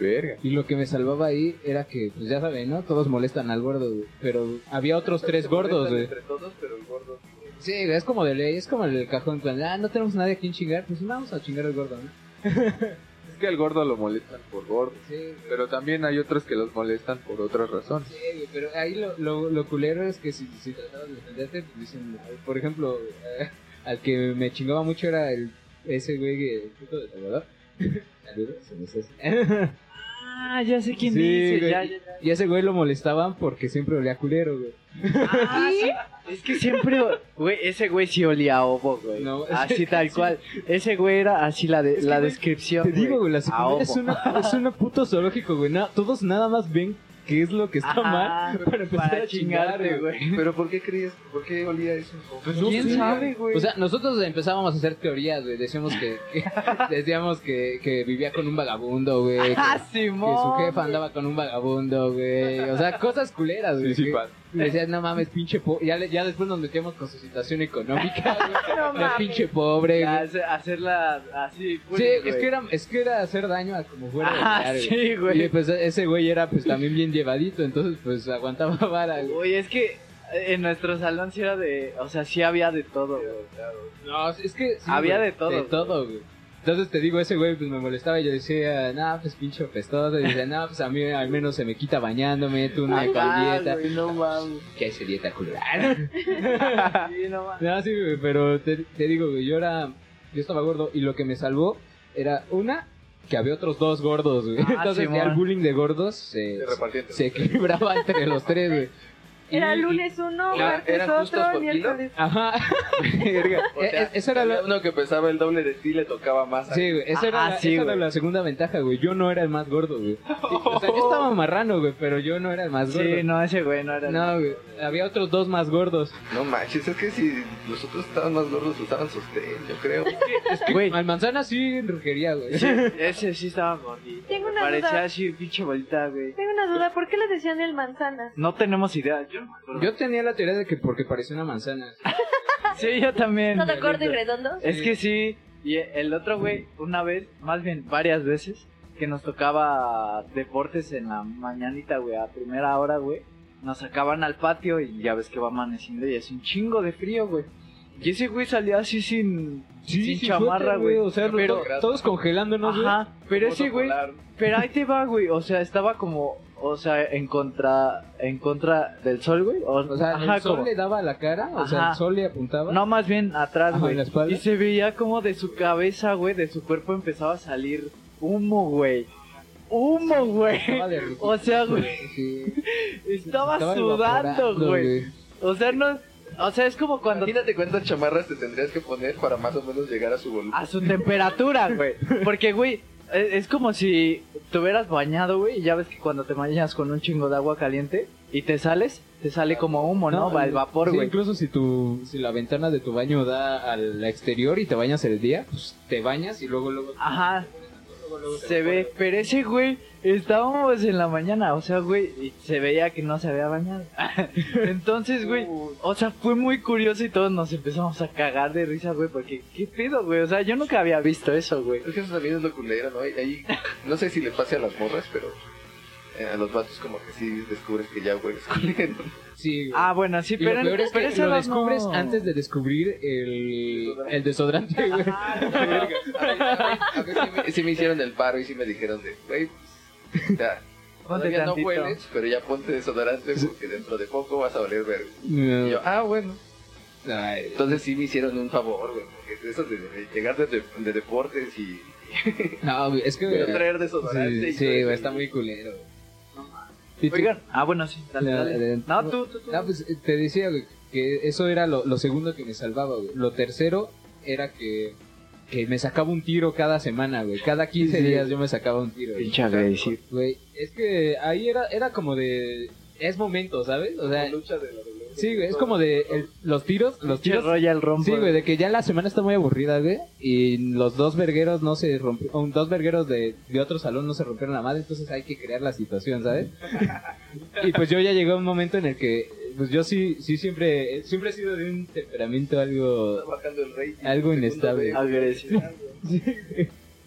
Speaker 1: Verga.
Speaker 3: Y lo que me salvaba ahí era que, pues ya saben, ¿no? Todos molestan al gordo, güey, pero había otros tres gordos, güey.
Speaker 5: Entre todos, pero el gordo.
Speaker 3: Sí, güey, es como de ley, es como el cajón, en plan, ah, no tenemos nadie a quien chingar, pues vamos a chingar al gordo, ¿no?
Speaker 5: Es
Speaker 1: que al gordo lo molestan por gordo.
Speaker 3: Sí,
Speaker 1: Pero también hay otros que los molestan por otras razones.
Speaker 3: Sí, güey, pero ahí lo, lo, lo culero es que si, si tratabas de defenderte, pues dicen, "Ay", por ejemplo, eh, al que me chingaba mucho era el, ese güey, que- el puto de Salvador. Saludos, se me hace-
Speaker 2: Ah, ya sé quién
Speaker 3: Sí,
Speaker 2: dice.
Speaker 3: güey.
Speaker 2: Ya, ya, ya.
Speaker 3: y a ese güey lo molestaban porque siempre olía culero, güey.
Speaker 2: Ah, sí. Es que siempre, güey, ese güey sí olía a ovo, güey.
Speaker 3: No, es-
Speaker 2: así tal cual. Ese güey era así la, de,
Speaker 3: Es que,
Speaker 2: la
Speaker 3: güey,
Speaker 2: descripción.
Speaker 3: Te digo, güey, la
Speaker 2: a
Speaker 3: secundaria es
Speaker 2: ovo.
Speaker 3: una, es una puto zoológico, güey. Na- todos nada más ven qué es lo que está
Speaker 2: Ajá,
Speaker 3: mal para empezar
Speaker 2: para
Speaker 3: a chingarte,
Speaker 2: chingarte,
Speaker 3: güey.
Speaker 2: güey. Pues
Speaker 5: Pero ¿por qué crees? ¿Por qué olía eso?
Speaker 3: no
Speaker 2: ¿Quién
Speaker 3: sé,
Speaker 2: sabe, güey?
Speaker 3: O sea, nosotros empezábamos a hacer teorías, güey. Decíamos que, que- decíamos que, que vivía con un vagabundo, güey. que-
Speaker 2: ah,
Speaker 3: Que
Speaker 2: Simón.
Speaker 3: su jefa andaba con un vagabundo, güey. O sea, cosas culeras, güey.
Speaker 1: Sí, sí,
Speaker 3: que-
Speaker 1: pasa.
Speaker 3: le decías, no mames, pinche pobre. Ya, le- ya después nos metíamos con su situación económica, güey.
Speaker 4: No
Speaker 3: De
Speaker 4: mames.
Speaker 3: pinche pobre, güey.
Speaker 2: Hace- Hacerla así.
Speaker 3: Sí,
Speaker 2: bullying,
Speaker 3: es
Speaker 2: güey.
Speaker 3: que, era, es que era hacer daño a como fuera de
Speaker 2: Ah,
Speaker 3: lugar, güey.
Speaker 2: sí,
Speaker 3: Y
Speaker 2: güey.
Speaker 3: pues ese güey era pues también bien llevadito, entonces pues aguantaba vara, güey.
Speaker 2: Oye, es que en nuestro salón sí era de. O sea, sí había de todo, güey.
Speaker 3: No, es que... sí,
Speaker 2: Había
Speaker 3: güey,
Speaker 2: de todo,
Speaker 3: De
Speaker 2: güey.
Speaker 3: todo, güey. Entonces te digo, ese güey pues me molestaba y yo decía, nah, pues pinche pestoso. Y decía, nah, pues a mí al menos se me quita bañándome, tú no me Ah, con
Speaker 2: Ajá,
Speaker 3: dieta.
Speaker 2: güey, no mames.
Speaker 3: ¿Qué es dieta, Ah, culo?
Speaker 2: Sí, no mames.
Speaker 3: No, Ah, sí, güey, pero te, te digo, güey, yo era. Yo estaba gordo y lo que me salvó era una, que había otros dos gordos, güey.
Speaker 2: Ah,
Speaker 3: Entonces ya
Speaker 2: Simón.
Speaker 3: el bullying de gordos se,
Speaker 5: Se repartía entre
Speaker 3: se equilibraba entre los tres, güey. Y-
Speaker 4: Era lunes uno,
Speaker 5: Ya,
Speaker 4: martes
Speaker 5: ¿eran justos
Speaker 4: otro,
Speaker 5: por kilo?
Speaker 4: miércoles.
Speaker 3: Ajá.
Speaker 5: O sea,
Speaker 3: Eh, eh, eso era
Speaker 5: había
Speaker 3: lo-
Speaker 5: uno que pesaba el doble de ti le tocaba más.
Speaker 3: Sí, güey, esa, era,
Speaker 2: Ah,
Speaker 3: la,
Speaker 2: sí,
Speaker 3: esa era
Speaker 2: güey.
Speaker 3: la segunda ventaja, güey. Yo no era el más gordo, güey. O sea, yo estaba marrano, güey, pero yo no era el más gordo.
Speaker 2: Sí, no, ese güey no era.
Speaker 3: No, güey, había otros dos más gordos.
Speaker 5: No manches, es que si los otros estaban más gordos usaban sostén, yo creo.
Speaker 2: Güey,
Speaker 3: Al manzana sí, en rujería, güey.
Speaker 2: sí, ese sí estaba gordito.
Speaker 4: Tengo
Speaker 2: Me
Speaker 4: una
Speaker 2: Parecía
Speaker 4: duda.
Speaker 2: así, pinche bolita, güey.
Speaker 4: Tengo una duda, ¿por qué le decían el manzanas?
Speaker 2: No tenemos idea. Yo, no me acuerdo.
Speaker 3: Yo tenía la teoría de que porque parecía una manzana.
Speaker 2: sí, yo también.
Speaker 4: ¿Todo corto y
Speaker 2: güey.
Speaker 4: redondo?
Speaker 2: Es que sí, y el otro güey, una vez, más bien varias veces, que nos tocaba deportes en la mañanita, güey, a primera hora, güey, nos sacaban al patio y ya ves que va amaneciendo y es un chingo de frío, güey. Y ese güey salía así sin, sin
Speaker 3: sí,
Speaker 2: chamarra,
Speaker 3: suéter,
Speaker 2: güey.
Speaker 3: O sea,
Speaker 2: Pero-
Speaker 3: to- todos congelándonos, güey.
Speaker 2: Ajá, pero ese güey,
Speaker 5: Monopolar.
Speaker 2: pero ahí te va, güey, o sea, estaba como, o sea, en contra, en contra del sol, güey. O,
Speaker 3: O sea,
Speaker 2: ajá,
Speaker 3: el sol
Speaker 2: como-
Speaker 3: le daba a la cara, o sea,
Speaker 2: Ajá.
Speaker 3: el sol le apuntaba.
Speaker 2: no, más bien atrás,
Speaker 3: Ajá, en
Speaker 2: güey.
Speaker 3: la espalda.
Speaker 2: Y se veía como de su cabeza, güey, de su cuerpo empezaba a salir humo, güey. Humo, güey.
Speaker 3: Estaba derretido,
Speaker 2: O sea, güey,
Speaker 3: sí.
Speaker 2: estaba,
Speaker 3: Estaba
Speaker 2: sudando,
Speaker 3: evaporando,
Speaker 2: güey. O sea, no, o sea, es como cuando
Speaker 5: Imagínate cuántas chamarras te tendrías que poner para más o menos llegar a su volumen.
Speaker 2: a su temperatura, güey. Porque, güey, e- es como si te hubieras bañado, güey, y ya ves que cuando te bañas con un chingo de agua caliente y te sales, te sale como humo, ¿no? Va el vapor,
Speaker 3: sí,
Speaker 2: güey.
Speaker 3: incluso si tu si la ventana de tu baño da al exterior y te bañas el día, pues te bañas y luego luego
Speaker 2: Ajá,
Speaker 3: luego, luego te
Speaker 2: Se ve, pero ese güey, estábamos en la mañana, o sea, güey, y se veía que no se había bañado. Entonces, güey, o sea, fue muy curioso y todos nos empezamos a cagar de risa, güey, porque qué pedo, güey, o sea, yo nunca había visto eso, güey.
Speaker 5: Es que eso también es lo culero, ¿no? Y Ahí, no sé si le pase a las morras, pero eh, a los vatos como que sí descubres que ya hueles culero.
Speaker 3: Sí, güey.
Speaker 2: Ah, bueno, sí,
Speaker 3: Y
Speaker 2: pero
Speaker 3: lo peor es
Speaker 2: pero
Speaker 3: que
Speaker 2: ese
Speaker 3: lo
Speaker 2: no-
Speaker 3: descubres antes de descubrir el, el desodorante, güey.
Speaker 5: A ver, sí me, sí me hicieron el paro y sí me dijeron de, güey, pues, ya,
Speaker 2: Ponte
Speaker 5: todavía no
Speaker 2: tantito.
Speaker 5: hueles, pero ya ponte desodorante porque dentro de poco vas a oler verga.
Speaker 3: No.
Speaker 5: Y yo, ah, bueno.
Speaker 3: Ay,
Speaker 5: Entonces sí me hicieron un favor, güey, porque eso de, de llegar de, de- de deportes y
Speaker 3: no, güey, es que
Speaker 5: y no traer desodorante.
Speaker 3: sí,
Speaker 5: y
Speaker 3: sí,
Speaker 5: todo eso.
Speaker 3: güey, está muy culero. güey. ¿Y tú?
Speaker 2: Oigan, ah, bueno, sí, dale,
Speaker 3: No,
Speaker 2: dale.
Speaker 3: eh,
Speaker 2: No, tú, tú, tú.
Speaker 3: No, pues eh, te decía güey, que eso era lo, lo segundo que me salvaba, güey. Lo tercero era que, que me sacaba un tiro cada semana, güey. Cada 15
Speaker 2: Sí, sí.
Speaker 3: días yo me sacaba un tiro. güey.
Speaker 2: Pinche agresivo.
Speaker 3: Güey, es que ahí era, era como de... Es momento, ¿sabes? O sea,
Speaker 5: lucha de la violencia.
Speaker 3: sí, güey, es como de el- los tiros, los
Speaker 2: Pinche
Speaker 3: tiros...
Speaker 2: Royal Rumble.
Speaker 3: Sí, güey, de que ya la semana está muy aburrida, güey. Y los dos vergueros no se rompieron. Dos vergueros de, de otro salón no se rompieron la madre. Entonces hay que crear la situación, ¿sabes? y pues yo ya llegué a un momento en el que. Pues yo sí, sí siempre. Siempre he sido de un temperamento
Speaker 5: Está
Speaker 3: algo.
Speaker 5: bajando el rating.
Speaker 3: Algo
Speaker 5: Segundo
Speaker 3: inestable.
Speaker 5: de-
Speaker 2: Agresivo.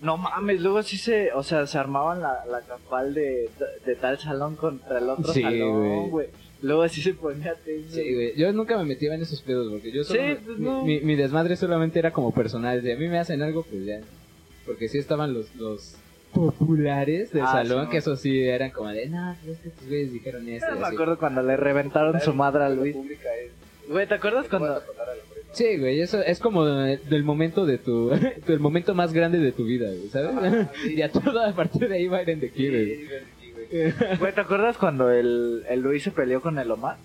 Speaker 2: No mames, luego sí se, o sea, se armaban la, la campal de, de tal salón contra el otro
Speaker 3: Sí, güey.
Speaker 2: salón, güey. Luego sí se ponía tenso.
Speaker 3: Sí, güey. Yo nunca me metía en esos pedos porque yo solo.
Speaker 2: Sí, pues,
Speaker 3: mi-
Speaker 2: no.
Speaker 3: mi, mi desmadre solamente era como personal. Si a mí me hacen algo, pues ya. Porque sí estaban los. los populares del
Speaker 2: Ah,
Speaker 3: salón,
Speaker 2: sí,
Speaker 3: que eso sí eran como de, no, pero es que estos güeyes dijeron esto.
Speaker 2: Yo
Speaker 3: y
Speaker 2: me
Speaker 3: así".
Speaker 2: acuerdo cuando le reventaron su madre a
Speaker 5: La
Speaker 2: Luis.
Speaker 5: pública es-
Speaker 2: Güey, ¿te acuerdas
Speaker 5: vas
Speaker 2: cuando.?
Speaker 5: a pagar al hombre, ¿no?
Speaker 3: Sí, güey, eso es como eh, del momento de tu, del momento más grande de tu vida, güey, ¿sabes?
Speaker 5: Ah, sí.
Speaker 3: y a todo a partir de ahí va a ir en de
Speaker 5: Sí,
Speaker 3: quiere.
Speaker 5: sí, güey.
Speaker 2: Güey, ¿te acuerdas cuando el, el Luis se peleó con el Omar?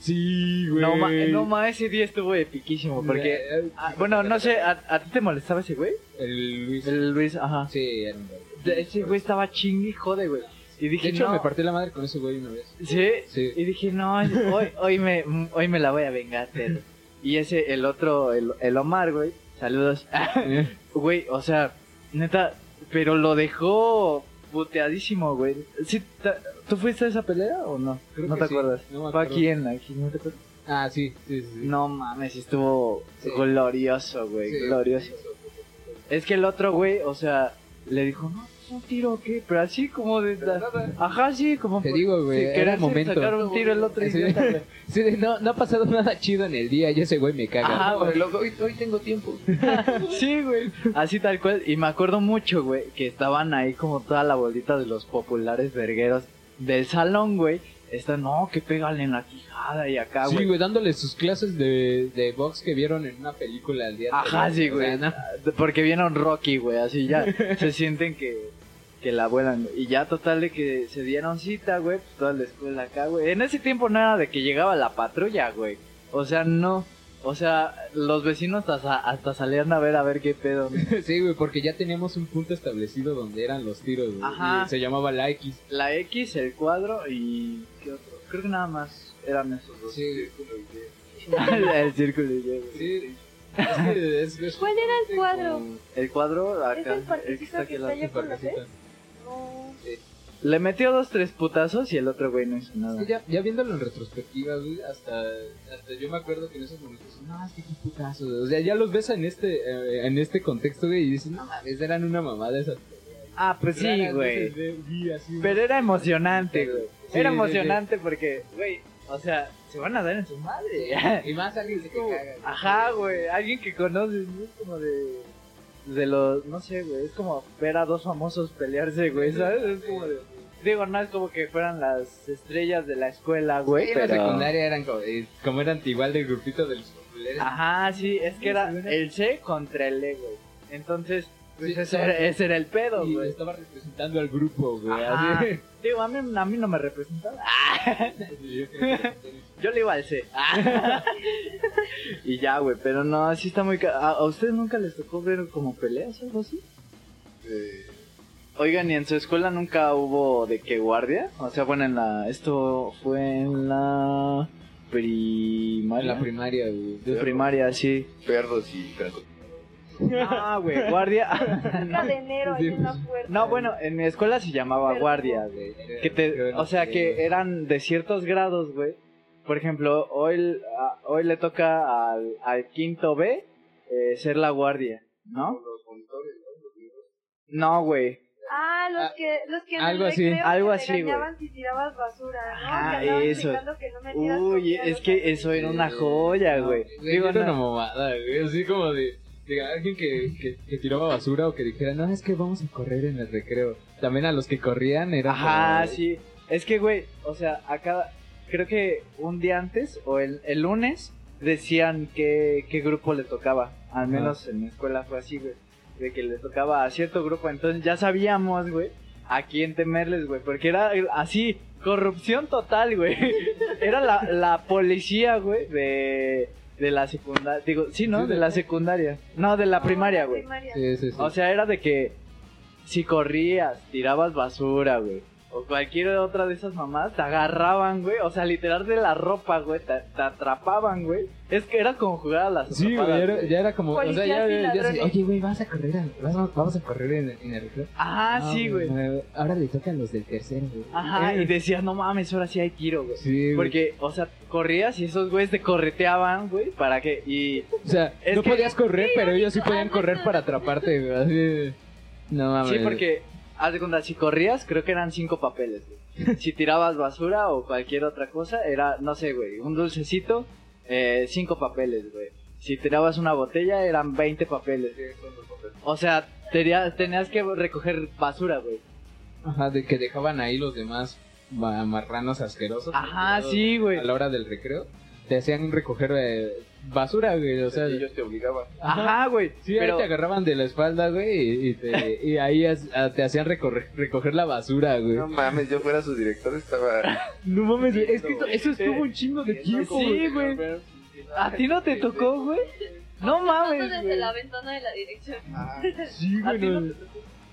Speaker 3: Sí, güey.
Speaker 2: No, ma, no ma, ese día estuvo epiquísimo. Porque.
Speaker 3: Eh,
Speaker 2: ah, bueno, no sé, ¿a, a ti te molestaba ese güey?
Speaker 3: el Luis.
Speaker 2: El Luis, ajá.
Speaker 3: Sí, era un güey.
Speaker 2: De- Ese güey estaba chingue y jode, güey. Y dije,
Speaker 3: De hecho,
Speaker 2: no.
Speaker 3: me partí la madre con ese güey una vez.
Speaker 2: Sí.
Speaker 3: Sí.
Speaker 2: Y dije, no, hoy, hoy, me, hoy me la voy a vengar, pero. Y ese, el otro, el, el Omar, güey. Saludos. Güey, o sea, neta, pero lo dejó puteadísimo, güey. Sí, ta- ¿Tú fuiste a esa pelea o no?
Speaker 3: Creo
Speaker 2: no
Speaker 3: que
Speaker 2: te
Speaker 3: sí,
Speaker 2: acuerdas.
Speaker 3: no me
Speaker 2: Fue
Speaker 3: acuerdo.
Speaker 2: aquí en aquí, ¿no te acuerdas?
Speaker 3: Ah, sí, sí, sí. sí.
Speaker 2: No mames, estuvo
Speaker 3: Sí.
Speaker 2: glorioso, güey,
Speaker 3: Sí.
Speaker 2: glorioso. Es que el otro güey, o sea, le dijo, no, un tiro o qué, pero así como de... Ajá, sí, como...
Speaker 3: Te
Speaker 2: por-
Speaker 3: digo, güey,
Speaker 2: sin
Speaker 3: era
Speaker 2: quererse
Speaker 3: momento.
Speaker 2: sacar un tiro el otro
Speaker 3: Sí.
Speaker 2: idiota, güey.
Speaker 3: Sí, de, no, no ha pasado nada chido en el día y ese güey me caga.
Speaker 2: Ajá, Ah, güey.
Speaker 5: Luego, Hoy, hoy tengo tiempo.
Speaker 2: Sí, güey. Así tal cual. Y me acuerdo mucho, güey, que estaban ahí como toda la bolita de los populares vergueros del salón, güey. Están, no, que pégale en la quijada y acá,
Speaker 3: sí,
Speaker 2: güey.
Speaker 3: güey, dándole sus clases de, de box que vieron en una película al día
Speaker 2: Ajá,
Speaker 3: anterior.
Speaker 2: sí, güey.
Speaker 3: O sea, no.
Speaker 2: Porque vieron Rocky, güey. Así ya se sienten que, que la vuelan. güey. Y ya total de que se dieron cita, güey. pues, toda la escuela acá, güey. En ese tiempo no era de que llegaba la patrulla, güey. O sea, no. O sea, los vecinos hasta, hasta salían a ver a ver qué pedo. ¿no?
Speaker 3: Sí, güey, porque ya teníamos un punto establecido donde eran los tiros, güey.
Speaker 2: Ajá.
Speaker 3: Y Se llamaba la X.
Speaker 2: La X, el cuadro y. ¿Qué otro? Creo que nada más eran esos dos.
Speaker 3: Sí,
Speaker 2: el círculo y yo, güey.
Speaker 3: sí. Es que es- es-
Speaker 4: ¿Cuál era el cuadro?
Speaker 2: El cuadro acá.
Speaker 4: ¿Es el
Speaker 2: el que está
Speaker 4: parquecito
Speaker 2: aquí
Speaker 4: que
Speaker 2: al lado.
Speaker 4: está allá con la
Speaker 3: Parquecito.
Speaker 4: fe? No.
Speaker 2: Le metió dos, tres putazos y el otro güey no hizo
Speaker 3: Es
Speaker 2: nada.
Speaker 3: que ya, ya viéndolo en retrospectiva, güey, hasta, hasta yo me acuerdo que en esos momentos, no, es que qué putazo, güey. O sea, ya los ves en este, eh, en este contexto, güey, y dices, no mames, eran una mamada esas.
Speaker 2: Ah, pues sí,
Speaker 3: raras
Speaker 2: güey.
Speaker 3: veces de- vi así,
Speaker 2: Pero era emocionante, güey.
Speaker 3: Sí,
Speaker 2: era
Speaker 3: sí,
Speaker 2: emocionante porque, güey, o sea, se van a dar en su madre.
Speaker 3: Y más alguien se caga.
Speaker 2: Ajá, güey. Alguien que conoces, ¿no? Es como de. De los. No sé, güey. Es como ver a dos famosos pelearse, güey, ¿sabes? Es como de. Digo, no es como que fueran las estrellas de la escuela, güey.
Speaker 3: Sí, en
Speaker 2: pero...
Speaker 3: la secundaria eran como, eh, como eran igual del grupito de los populares.
Speaker 2: Ajá, sí, es que era el C contra el E, güey. Entonces, pues
Speaker 3: Sí,
Speaker 2: ese, era, ese era el pedo,
Speaker 3: y
Speaker 2: Ah, güey.
Speaker 3: estaba representando al grupo, güey.
Speaker 2: Ajá.
Speaker 3: así.
Speaker 2: Digo, a mí, a mí no me representaba.
Speaker 3: Yo creo que-
Speaker 2: Yo le iba al C. y ya, güey, pero no, así está muy... ca- ¿A, a ustedes nunca les tocó ver como peleas o algo así?
Speaker 3: Eh.
Speaker 2: Oigan, ¿y en su escuela nunca hubo de qué guardia? O sea, bueno, en la... Esto fue en la...
Speaker 3: En
Speaker 2: Primaria.
Speaker 3: la primaria, güey.
Speaker 2: De primaria, sí.
Speaker 5: Perros y franco.
Speaker 2: Ah, güey, guardia.
Speaker 4: Cadenero ahí en la puerta.
Speaker 2: No, bueno, en mi escuela se llamaba
Speaker 4: Pero-
Speaker 2: guardia, güey. Que te, o sea, que eh, eran de ciertos grados, güey. Por ejemplo, hoy, a- hoy le toca al, al quinto B eh, ser la guardia, ¿no? No, güey.
Speaker 4: Ah, los que, los que en el
Speaker 3: Algo así,
Speaker 4: recreo
Speaker 2: algo
Speaker 4: te
Speaker 2: así, güey.
Speaker 4: regañaban si tirabas basura, ¿no?
Speaker 2: Ajá,
Speaker 4: Que andaban
Speaker 2: eso.
Speaker 4: checando que no metieras
Speaker 2: Uy,
Speaker 4: comida,
Speaker 2: es
Speaker 4: o
Speaker 2: que
Speaker 4: sea,
Speaker 2: eso era una joya, güey. Digo,
Speaker 3: Digo, era una
Speaker 2: no,
Speaker 3: mamada, güey. Así como de, de alguien que, que, que tiraba basura o que dijera, no, es que vamos a correr en el recreo. También a los que corrían era.
Speaker 2: Ajá,
Speaker 3: como-
Speaker 2: sí. Es que, güey, o sea, acá creo que un día antes o el, el lunes decían qué, qué grupo le tocaba. Al menos en mi escuela fue así, güey. De que le tocaba a cierto grupo. Entonces ya sabíamos, güey, a quién temerles, güey. Porque era así, corrupción total, güey. Era la, la policía, güey, de, de la secundaria. Digo, sí, ¿no? De la secundaria. No, de la
Speaker 4: no,
Speaker 2: primaria, güey.
Speaker 4: Ah, primaria.
Speaker 3: Sí, sí, sí.
Speaker 2: O sea, era de que si corrías, tirabas basura, güey, o cualquier otra de esas mamás, te agarraban, güey, o sea, literal de la ropa, güey, te, te atrapaban, güey. Es que era como jugar a las
Speaker 3: Sí, güey,
Speaker 2: atrapadas,
Speaker 3: ya era, ya era como, o sea,
Speaker 4: Policías
Speaker 3: ya,
Speaker 4: y
Speaker 3: ya- ya-
Speaker 4: ladrones.
Speaker 3: oye, güey, vas a correr, al- vas a- vamos a correr en, el- en el recreo.
Speaker 2: Ah, sí, güey.
Speaker 3: eh, Ahora le tocan los del tercero, güey.
Speaker 2: Ajá, y decías, no mames, ahora sí hay tiro, güey.
Speaker 3: Eh. Sí, güey.
Speaker 2: Porque, o sea, corrías y esos güeyes te correteaban, güey, para que, y...
Speaker 3: O sea,
Speaker 2: Es
Speaker 3: no
Speaker 2: que-
Speaker 3: podías correr, pero ellos sí
Speaker 4: ah,
Speaker 3: podían
Speaker 4: no,
Speaker 3: correr
Speaker 4: no.
Speaker 3: para atraparte, güey. así de- No mames.
Speaker 2: Sí, porque, haz de cuenta, si corrías, creo que eran cinco papeles, güey. Si tirabas basura o cualquier otra cosa, era, no sé, güey, un dulcecito, eh, cinco papeles, güey. Si tirabas una botella, eran 20 papeles. O sea, Tenías, tenías que recoger basura, güey.
Speaker 3: Ajá, de que dejaban ahí los demás ma- marranos asquerosos.
Speaker 2: Ajá,
Speaker 3: ¿no?
Speaker 2: sí, güey.
Speaker 3: A la hora del recreo, te hacían recoger eh, basura, güey. O sea,
Speaker 5: ellos te obligaban.
Speaker 2: Ajá, güey.
Speaker 3: sí, ahí
Speaker 2: pero,
Speaker 3: te agarraban de la espalda, güey, y, y te- y ahí as- a- te hacían recorre- recoger la basura, güey.
Speaker 5: No mames, yo fuera su director estaba...
Speaker 3: No mames,
Speaker 5: güey, es que esto-
Speaker 3: eso
Speaker 2: estuvo un
Speaker 3: chingo
Speaker 2: Sí, güey. ¿A ti no te tocó, güey? No mames,
Speaker 4: Desde
Speaker 2: güey.
Speaker 4: la ventana de la dirección.
Speaker 5: Ah,
Speaker 3: Sí,
Speaker 2: ¿A ti no te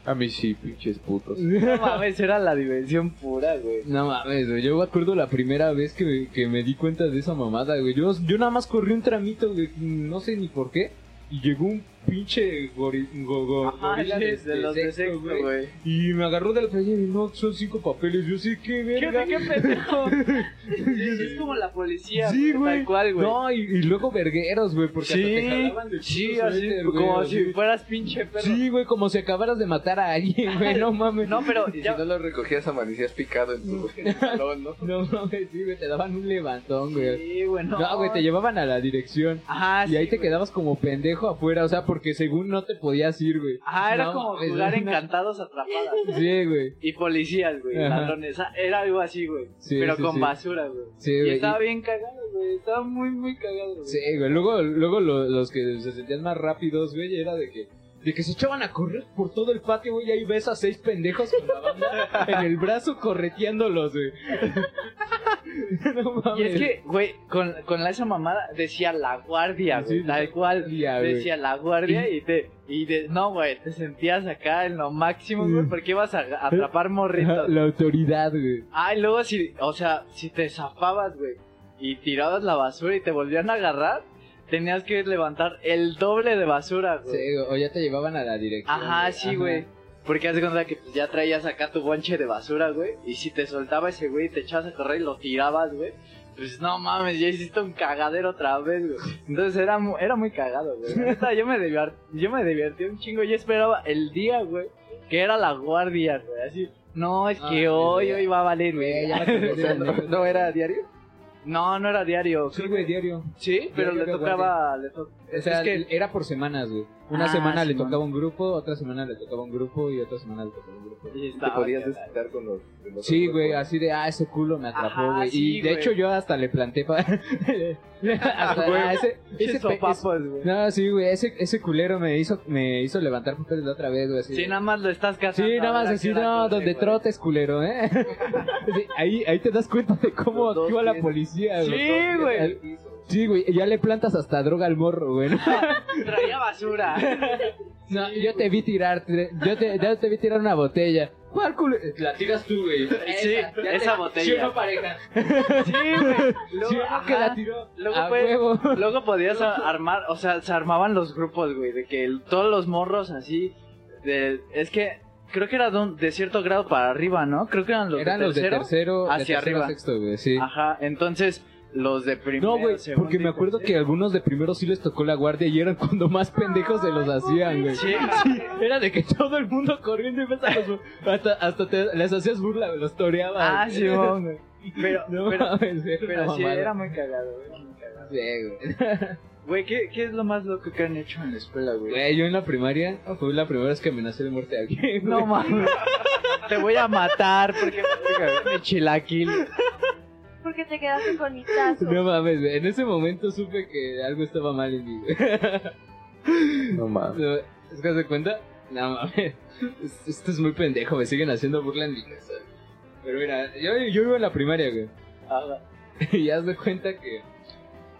Speaker 1: A mí sí, pinches putos.
Speaker 2: No mames, era la diversión pura, güey.
Speaker 3: No mames, güey. Yo me acuerdo la primera vez que, que me di cuenta de esa mamada, güey. Yo, yo nada más corrí un tramito, güey. No sé ni por qué. Y llegó un pinche gori, go- go- gorila de-
Speaker 2: de los
Speaker 3: de
Speaker 2: de
Speaker 3: sexto,
Speaker 2: sexto,
Speaker 3: güey.
Speaker 2: güey.
Speaker 3: Y me agarró de la playa y me dijo, no, son cinco papeles. Yo sí, qué
Speaker 2: ¿Qué
Speaker 3: verga.
Speaker 2: onda, qué pendejo? Sí, es como la policía, güey.
Speaker 3: Sí, pues, güey.
Speaker 2: Tal cual, güey.
Speaker 3: No, y, y luego vergueros, güey. Porque hasta te
Speaker 2: sí,
Speaker 3: jalaban del
Speaker 2: sí,
Speaker 3: puto
Speaker 2: así,
Speaker 3: suéter, güey,
Speaker 2: como
Speaker 3: así.
Speaker 2: si fueras pinche perro.
Speaker 3: Sí, güey, como si acabaras de matar a alguien, güey. No mames.
Speaker 2: No, pero
Speaker 5: y si
Speaker 2: ya-
Speaker 5: no lo recogías, amanecías picado en tu
Speaker 2: Mm.
Speaker 5: en tu salón, ¿no?
Speaker 3: No mames, sí, güey. Te daban un levantón, güey.
Speaker 2: Sí, güey, no.
Speaker 3: No, güey, te llevaban a la dirección.
Speaker 2: Ajá,
Speaker 3: y ahí
Speaker 2: sí,
Speaker 3: te
Speaker 2: güey.
Speaker 3: quedabas como pendejo afuera, o sea, porque según no te podías ir, güey.
Speaker 2: Ajá, Ah, era
Speaker 3: No,
Speaker 2: como
Speaker 3: mames,
Speaker 2: jugar
Speaker 3: una-
Speaker 2: encantados atrapadas.
Speaker 3: Sí, güey.
Speaker 2: Y policías, güey,
Speaker 3: Ajá.
Speaker 2: ladrones. ah, Era algo así, güey.
Speaker 3: Sí,
Speaker 2: pero
Speaker 3: sí,
Speaker 2: con
Speaker 3: sí.
Speaker 2: basura, güey.
Speaker 3: Sí,
Speaker 2: y
Speaker 3: güey.
Speaker 2: estaba bien cagado, güey. Estaba muy, muy cagado, güey.
Speaker 3: Sí, güey. Luego, luego lo- los que se sentían más rápidos, güey, era de que. De que se echaban a correr por todo el patio, güey, y ahí ves a seis pendejos con la banda en el brazo correteándolos, güey. no mames.
Speaker 2: Y es que, güey, con, con la- esa mamada decía la guardia, güey,
Speaker 3: Sí,
Speaker 2: tal cual.
Speaker 3: guardia, güey.
Speaker 2: decía la guardia y te. Y de, no, güey, te sentías acá en lo máximo, güey,
Speaker 3: Mm.
Speaker 2: porque ibas a a atrapar
Speaker 3: Ajá,
Speaker 2: morritos.
Speaker 3: La autoridad, güey.
Speaker 2: Ah, y luego si, o sea, si te zafabas, güey, y tirabas la basura y te volvían a agarrar, tenías que levantar el doble de basura,
Speaker 3: Sí,
Speaker 2: güey.
Speaker 3: güey, o ya te llevaban a la dirección.
Speaker 2: Ajá, sí,
Speaker 3: Ajá.
Speaker 2: güey. Porque haz de cuenta que pues, ya traías acá tu bonche de basura, güey. Y si te soltaba ese güey y te echabas a correr y lo tirabas, güey. Pues no mames, ya hiciste un cagadero otra vez, güey. Entonces era, mu- era muy cagado, güey. La neta, yo, me divier- yo me divertí un chingo. Yo esperaba el día, güey, que era la guardia, güey. Así, no, es que
Speaker 3: Ah,
Speaker 2: hoy,
Speaker 3: ya.
Speaker 2: hoy va a valer, güey.
Speaker 3: Güey, Eh, ya me acordé
Speaker 5: O sea,
Speaker 3: de
Speaker 5: ¿no, no era a diario?
Speaker 2: No, no era diario.
Speaker 3: Sí, güey, diario.
Speaker 2: Sí, pero
Speaker 3: Diario
Speaker 2: le
Speaker 3: de
Speaker 2: tocaba. Le to-
Speaker 3: O sea,
Speaker 2: es que.
Speaker 3: era por semanas, güey. Una
Speaker 2: Ah,
Speaker 3: semana le
Speaker 2: Simón.
Speaker 3: tocaba un grupo, otra semana le tocaba un grupo y otra semana le tocaba un grupo.
Speaker 2: y
Speaker 5: Te
Speaker 2: estaba
Speaker 5: podías
Speaker 2: cagado.
Speaker 5: desquitar con los... con los
Speaker 3: Sí,
Speaker 5: otros
Speaker 3: güey,
Speaker 5: jóvenes.
Speaker 3: así de, ah, ese culo me atrapó,
Speaker 2: Ajá,
Speaker 3: güey.
Speaker 2: sí,
Speaker 3: y de
Speaker 2: güey.
Speaker 3: hecho yo hasta le planté para... hasta,
Speaker 2: Güey,
Speaker 3: ah, ese, ese,
Speaker 2: Pinches
Speaker 3: pe- ese-
Speaker 2: sopapos, güey.
Speaker 3: No, sí, güey, ese, ese culero me hizo, me hizo levantar papeles la otra vez, güey. Así,
Speaker 2: Sí, nada más lo estás
Speaker 3: Sí,
Speaker 2: cazando.
Speaker 3: nada más así, no, donde trotes, culero, ¿eh? Sí, ahí, ahí te das cuenta de cómo
Speaker 5: Los dos
Speaker 3: actúa la
Speaker 5: pies.
Speaker 3: policía, güey.
Speaker 2: Sí, güey.
Speaker 3: Sí, güey, ya le plantas hasta droga al morro, güey. ¿no?
Speaker 2: Traía basura.
Speaker 3: No, yo te vi tirar, tre- yo te, yo te vi tirar una botella. ¿Cuál culo? La tiras tú, güey.
Speaker 2: Sí, esa botella.
Speaker 3: pareja.
Speaker 2: Sí, güey.
Speaker 3: Sí,
Speaker 2: Luego,
Speaker 3: uno que
Speaker 2: ajá.
Speaker 3: la tiró.
Speaker 2: Luego,
Speaker 3: a
Speaker 2: pues,
Speaker 3: huevo.
Speaker 2: Luego podías a- armar, o sea, se armaban los grupos, güey, de que el- todos los morros así. de- es que creo que era de, un- de cierto grado para arriba, ¿no? Creo que eran los
Speaker 3: Eran
Speaker 2: de
Speaker 3: los de
Speaker 2: tercero.
Speaker 3: tercero, de
Speaker 2: hacia
Speaker 3: tercero a
Speaker 2: arriba.
Speaker 3: sexto, güey, sí.
Speaker 2: Ajá, entonces los de primero.
Speaker 3: No, güey,
Speaker 2: segundo
Speaker 3: porque
Speaker 2: y
Speaker 3: me acuerdo que
Speaker 2: tercero.
Speaker 3: algunos de primero sí les tocó la guardia y eran cuando más pendejos se los hacían, güey.
Speaker 2: Sí,
Speaker 3: Era de que todo el mundo corriendo y ves a los- hasta, hasta te- les hacías burla, güey, los toreabas.
Speaker 2: Ah, sí, güey. Pero,
Speaker 3: No
Speaker 2: pero,
Speaker 3: mames, era
Speaker 2: pero
Speaker 3: una
Speaker 2: sí,
Speaker 3: mamada.
Speaker 2: era muy cagado, era muy cagado.
Speaker 3: Sí, güey.
Speaker 2: Güey, ¿qué, ¿qué es lo más loco que han hecho en la escuela, güey?
Speaker 3: Güey, yo en la primaria fue la primera vez que amenacé de muerte a alguien.
Speaker 2: No mames. Te voy a matar porque mi chilaquil.
Speaker 4: Porque te quedaste con mi tazo.
Speaker 3: No mames, güey. En ese momento supe que algo estaba mal en mí, güey.
Speaker 1: No mames.
Speaker 3: No, ¿Es que se cuenta? No mames. Es- Esto es muy pendejo, me siguen haciendo burla en mi casa. güey. Pero mira, yo, yo vivo en la primaria, güey. Y haz de cuenta que.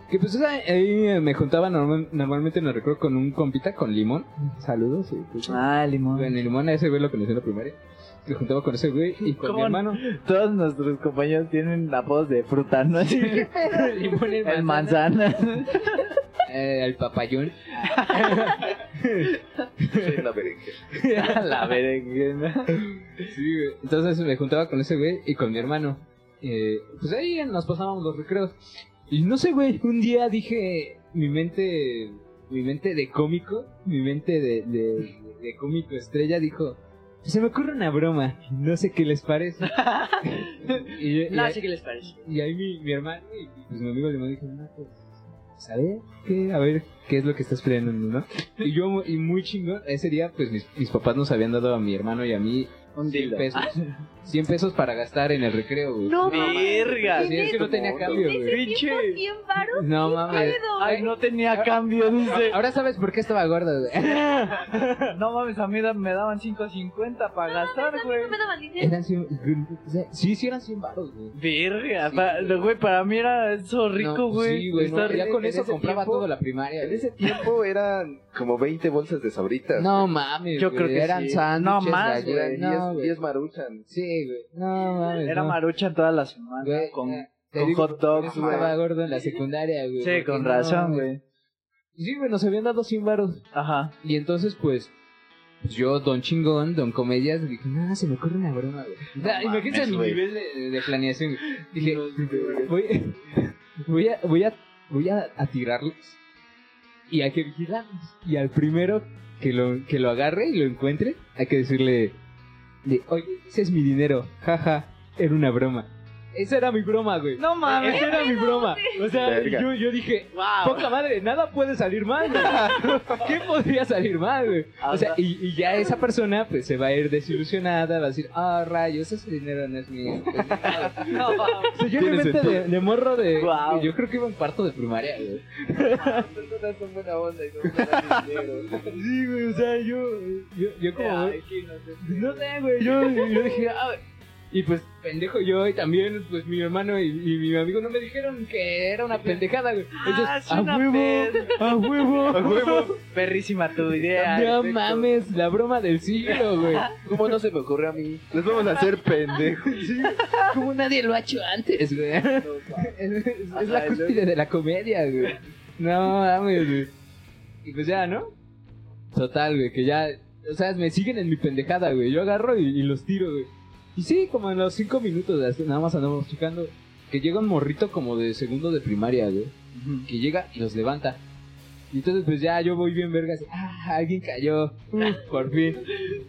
Speaker 3: Que pues o sea, ahí eh, me juntaba normal- normalmente en el recreo con un compita con limón. Saludos, sí. pues,
Speaker 2: Ah,
Speaker 3: Con
Speaker 2: limón.
Speaker 3: el limón a ese güey lo conocí en la primaria. Me juntaba con ese güey y con mi
Speaker 2: ¿Cómo?
Speaker 3: hermano.
Speaker 2: Todos nuestros compañeros tienen apodos de fruta, ¿no?
Speaker 3: limón
Speaker 2: El manzana.
Speaker 3: Eh, el papayón.
Speaker 5: Sí, la berenjena.
Speaker 2: La berenjena.
Speaker 3: Sí, güey. Entonces me juntaba con ese güey y con mi hermano. Eh, pues ahí nos pasábamos los recreos. Y no sé, güey, un día dije, mi mente, mi mente de cómico, mi mente de, de- de cómico estrella dijo, se me ocurre una broma, no sé qué les parece. y, yo- y ahí-
Speaker 2: que les parece.
Speaker 3: y ahí mi, mi hermano y pues mi amigo le dijo, no, pues, pues, a ver, ¿qué, a ver qué es lo que estás peleando, ¿no? Y yo, y muy chingón, ese día, pues mis, mis papás nos habían dado a mi hermano y a mí
Speaker 2: Un
Speaker 3: 100
Speaker 2: dildo.
Speaker 3: pesos. 100 pesos para gastar en el recreo, güey.
Speaker 4: No,
Speaker 2: Verga.
Speaker 3: Sí, es que no tenía cambio, güey.
Speaker 2: Pinche.
Speaker 4: ¿Necesito 100 varos?
Speaker 3: No
Speaker 4: ¿Qué
Speaker 3: mames.
Speaker 4: pedo?
Speaker 2: Ay, no tenía cambio, dice.
Speaker 3: Ahora sabes por qué estaba gordo, güey.
Speaker 2: No mames, a mí da- me daban 5.50 para gastar, güey.
Speaker 4: No me daban dinero.
Speaker 3: Eran 100. o sea, Sí, sí, eran 100 baros, güey.
Speaker 2: Verga,
Speaker 3: Sí,
Speaker 2: pa-
Speaker 3: güey.
Speaker 2: güey, para mí era eso rico,
Speaker 3: No, pues
Speaker 2: güey.
Speaker 3: Sí, güey. no,
Speaker 2: Está
Speaker 3: ya
Speaker 2: rico.
Speaker 3: con
Speaker 5: en
Speaker 3: eso
Speaker 5: ese
Speaker 3: compraba
Speaker 5: tiempo-
Speaker 3: todo la primaria.
Speaker 5: En
Speaker 3: güey.
Speaker 5: ese tiempo eran como 20 bolsas de sabritas.
Speaker 3: No mames.
Speaker 2: Yo creo
Speaker 3: güey,
Speaker 2: que
Speaker 3: eran
Speaker 2: sí.
Speaker 3: sándwiches,
Speaker 2: No más,
Speaker 5: güey.
Speaker 3: galletas,
Speaker 5: Eran
Speaker 3: no,
Speaker 5: 10
Speaker 3: güey.
Speaker 5: 10 maruchan.
Speaker 3: Sí, güey. No mames.
Speaker 2: Era
Speaker 3: no.
Speaker 2: marucha toda la semana.
Speaker 3: Güey,
Speaker 2: con-
Speaker 3: eh, te
Speaker 2: con
Speaker 3: digo,
Speaker 2: hot dogs,
Speaker 3: Eso Estaba
Speaker 2: güey.
Speaker 3: gordo en la secundaria, güey.
Speaker 2: Sí,
Speaker 3: porque
Speaker 2: con
Speaker 3: no,
Speaker 2: razón, güey.
Speaker 3: Sí, güey, nos habían dado 100 baros.
Speaker 2: Ajá.
Speaker 3: Y entonces, pues, pues, yo, don chingón, don comedias, dije, no, se me ocurre una broma, güey. O sea,
Speaker 2: No
Speaker 3: imagínense
Speaker 2: mames,
Speaker 3: mi
Speaker 2: güey.
Speaker 3: nivel de, de planeación. güey. Dije,
Speaker 2: No, güey.
Speaker 3: voy, voy a, voy a, voy a, a tirarlos y hay que vigilarlos. Y al primero que lo, que lo agarre y lo encuentre, hay que decirle, de, oye, ese es mi dinero, jaja, era una broma. Esa era mi broma, güey.
Speaker 2: No mames.
Speaker 3: Esa era mi broma. O sea,
Speaker 5: Verga.
Speaker 3: yo, yo dije,
Speaker 2: Wow.
Speaker 3: poca madre, nada puede salir mal, güey. ¿Qué podría salir mal, güey? O sea, y, y ya esa persona pues se va a ir desilusionada, va a decir, ah, rayos, ese dinero no es mío. pues, ni modo".
Speaker 2: No mames.
Speaker 3: O sea, yo en mi mente de, de morro de...
Speaker 2: Guau.
Speaker 3: Yo creo que iba en cuarto de primaria, güey.
Speaker 5: Personas son buena onda y no me dan dinero.
Speaker 3: Sí, güey, o sea, yo... Yo, yo como...
Speaker 2: Ay, sí, no sé.
Speaker 3: No sé, güey, yo, yo dije, ah, y pues pendejo yo y también pues mi hermano y, y mi amigo no me dijeron que era una pendejada, güey. Ellos,
Speaker 2: Ah, es
Speaker 3: a
Speaker 2: una
Speaker 3: huevo, a huevo, a huevo.
Speaker 2: Perrísima tu idea.
Speaker 3: No
Speaker 2: perfecto.
Speaker 3: mames, la broma del siglo, güey.
Speaker 5: ¿Cómo no se me ocurre a mí? Nos vamos a hacer pendejos.
Speaker 3: Como nadie lo ha hecho antes, güey. Es, es la cúspide de la comedia, güey. No mames, güey. Y pues ya, ¿no? Total, güey, que ya. O sea, me siguen en mi pendejada, güey. Yo agarro y, y los tiro, güey. Y sí, como en los cinco minutos, así, nada más andamos checando. Que llega un morrito como de segundo de primaria, güey.
Speaker 2: Ujú.
Speaker 3: Que llega y los levanta. Y entonces, pues ya yo voy bien vergas. Ah, alguien cayó. Uh, por fin.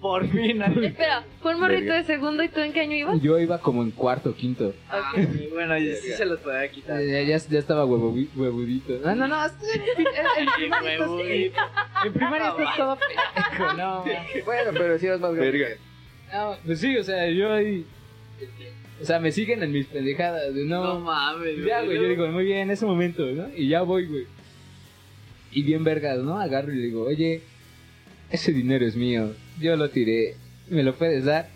Speaker 2: Por fin. alguien-
Speaker 4: Espera, fue un morrito
Speaker 5: Verga.
Speaker 4: de segundo y tú en qué año ibas?
Speaker 3: Y yo iba como en cuarto, quinto.
Speaker 2: Bueno, y sí se los podía quitar.
Speaker 3: Ya, ya, ya estaba huevo, huevudito. Ah, No, no, no. En primaria estás todo pendejo, no.
Speaker 5: Bueno, pero si eras más grande.
Speaker 1: Verga.
Speaker 3: No, pues sí, o sea, yo ahí. O sea, me siguen en mis pendejadas, de
Speaker 2: No
Speaker 3: no. pues
Speaker 2: mames.
Speaker 3: ya, güey, yo digo, muy bien, en ese momento, ¿no? Y ya voy, güey. Y bien vergas, ¿no? Agarro y le digo, oye, ese dinero es mío, yo lo tiré, ¿me lo puedes dar?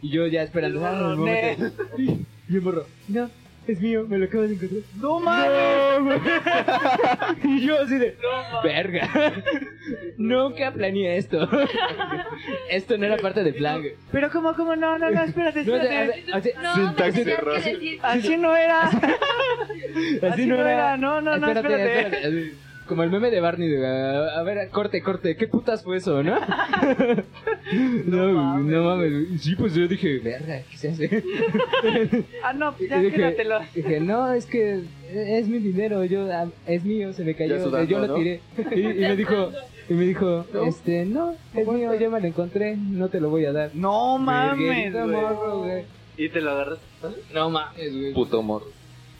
Speaker 3: Y yo ya esperando.
Speaker 2: El
Speaker 3: ah,
Speaker 2: morro,
Speaker 3: me voy a meter. Y y el morro, no, es mío, me lo acabas de encontrar. ¡No mames! y yo así de, verga, nunca planeé esto. esto no era parte del plan, güey.
Speaker 2: Pero como, como, no, no, no, espérate,
Speaker 3: No, o sea,
Speaker 2: espérate.
Speaker 3: o sea,
Speaker 4: No, me
Speaker 1: Sintaxis
Speaker 4: tenías que
Speaker 1: error.
Speaker 4: decir-
Speaker 2: Así no era.
Speaker 3: así, no era.
Speaker 2: No, no, no,
Speaker 3: espérate,
Speaker 2: espérate.
Speaker 3: espérate, así, Como el meme de Barney, de, a, a ver, corte, corte, ¿qué putas fue eso, no? no,
Speaker 2: mames.
Speaker 3: no mames. Y Sí, pues yo dije, verga, ¿qué se hace?
Speaker 2: Ah, no, ya
Speaker 3: Dije-
Speaker 2: quédatelo.
Speaker 3: Dije, no, es que es mi dinero, yo ah, es mío, se me cayó, eh,
Speaker 5: Ya sudando,
Speaker 3: yo lo
Speaker 5: ¿no?
Speaker 3: tiré. Y, y me dijo, y me dijo, este, no, es mío, yo me lo encontré, no te lo voy a dar.
Speaker 2: No mames,
Speaker 3: Verguerita, morro,
Speaker 2: güey.
Speaker 3: güey.
Speaker 2: Y te lo agarras.
Speaker 3: No mames, güey.
Speaker 5: Puto morro.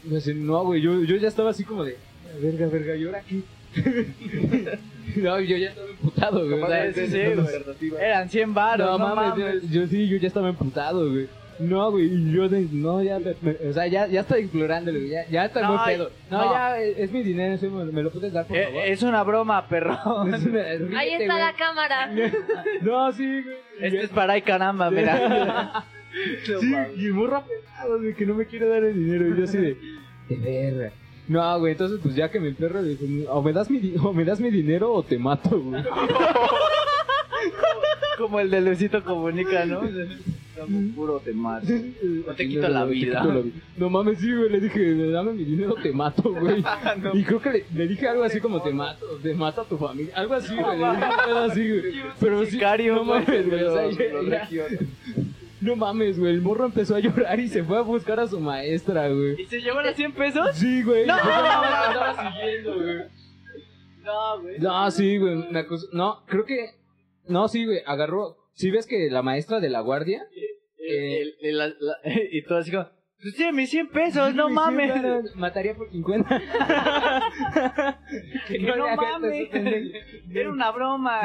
Speaker 3: Me dice, no, güey, yo, yo ya estaba así como de, verga, verga, ¿y ahora qué? no, yo ya estaba emputado, güey. o sea,
Speaker 2: sí, sí, güey. Eran 100 baros,
Speaker 3: no, mames, Yo, yo sí, yo ya estaba emputado, güey. No, güey, y yo de, no, ya, me- me- o sea, ya, ya estoy explorándolo, güey, ya, ya está
Speaker 2: No,
Speaker 3: muy pedo. No,
Speaker 2: no.
Speaker 3: ya, eh, es, mi dinero, ese me, me lo puedes dar, por favor.
Speaker 2: Eh, Es una broma, perro.
Speaker 3: Es una- ríete,
Speaker 4: Ahí está
Speaker 3: güey.
Speaker 4: la cámara.
Speaker 3: No, sí, güey.
Speaker 2: Este es para y caramba, mira.
Speaker 3: Sí, y muy rápido, de que no me quiere dar el dinero. Y yo así de, de verga. No, güey, entonces pues ya que me perro le dije, o me das mi, di- o me das mi dinero o te mato, güey.
Speaker 2: Como el de Luisito Comunica, ¿no? Como puro te mato. O te quito la
Speaker 3: Te
Speaker 2: vida.
Speaker 3: quito la vida. No mames, sí, güey, le dije, dame mi dinero o te mato, güey. Y creo que le, le dije algo así como te mato, te mato a tu familia, algo así, güey, le dije algo así, güey. Pero sí,
Speaker 2: Sicario,
Speaker 3: no mames, güey, o sea,
Speaker 2: güey,
Speaker 3: ya- ya- no mames, güey, el morro empezó a llorar y se fue a buscar a su maestra, güey.
Speaker 2: ¿Y se llevó los 100 pesos?
Speaker 3: Sí, güey.
Speaker 2: ¡No!
Speaker 3: Yo la andaba siguiendo, güey.
Speaker 2: No, güey.
Speaker 3: No, sí, güey. me acusó- No, creo que. No, sí, güey. Agarró. Si ves que la maestra de la guardia. Eh,
Speaker 2: El- el- la- la- y todo así como, Pues tiene mis 100 pesos, no
Speaker 3: Sí,
Speaker 2: mames.
Speaker 3: claro, Mataría por 50. Que
Speaker 2: Que no
Speaker 3: le hagas
Speaker 2: mames.
Speaker 3: eso, pendejo.
Speaker 2: Era una broma.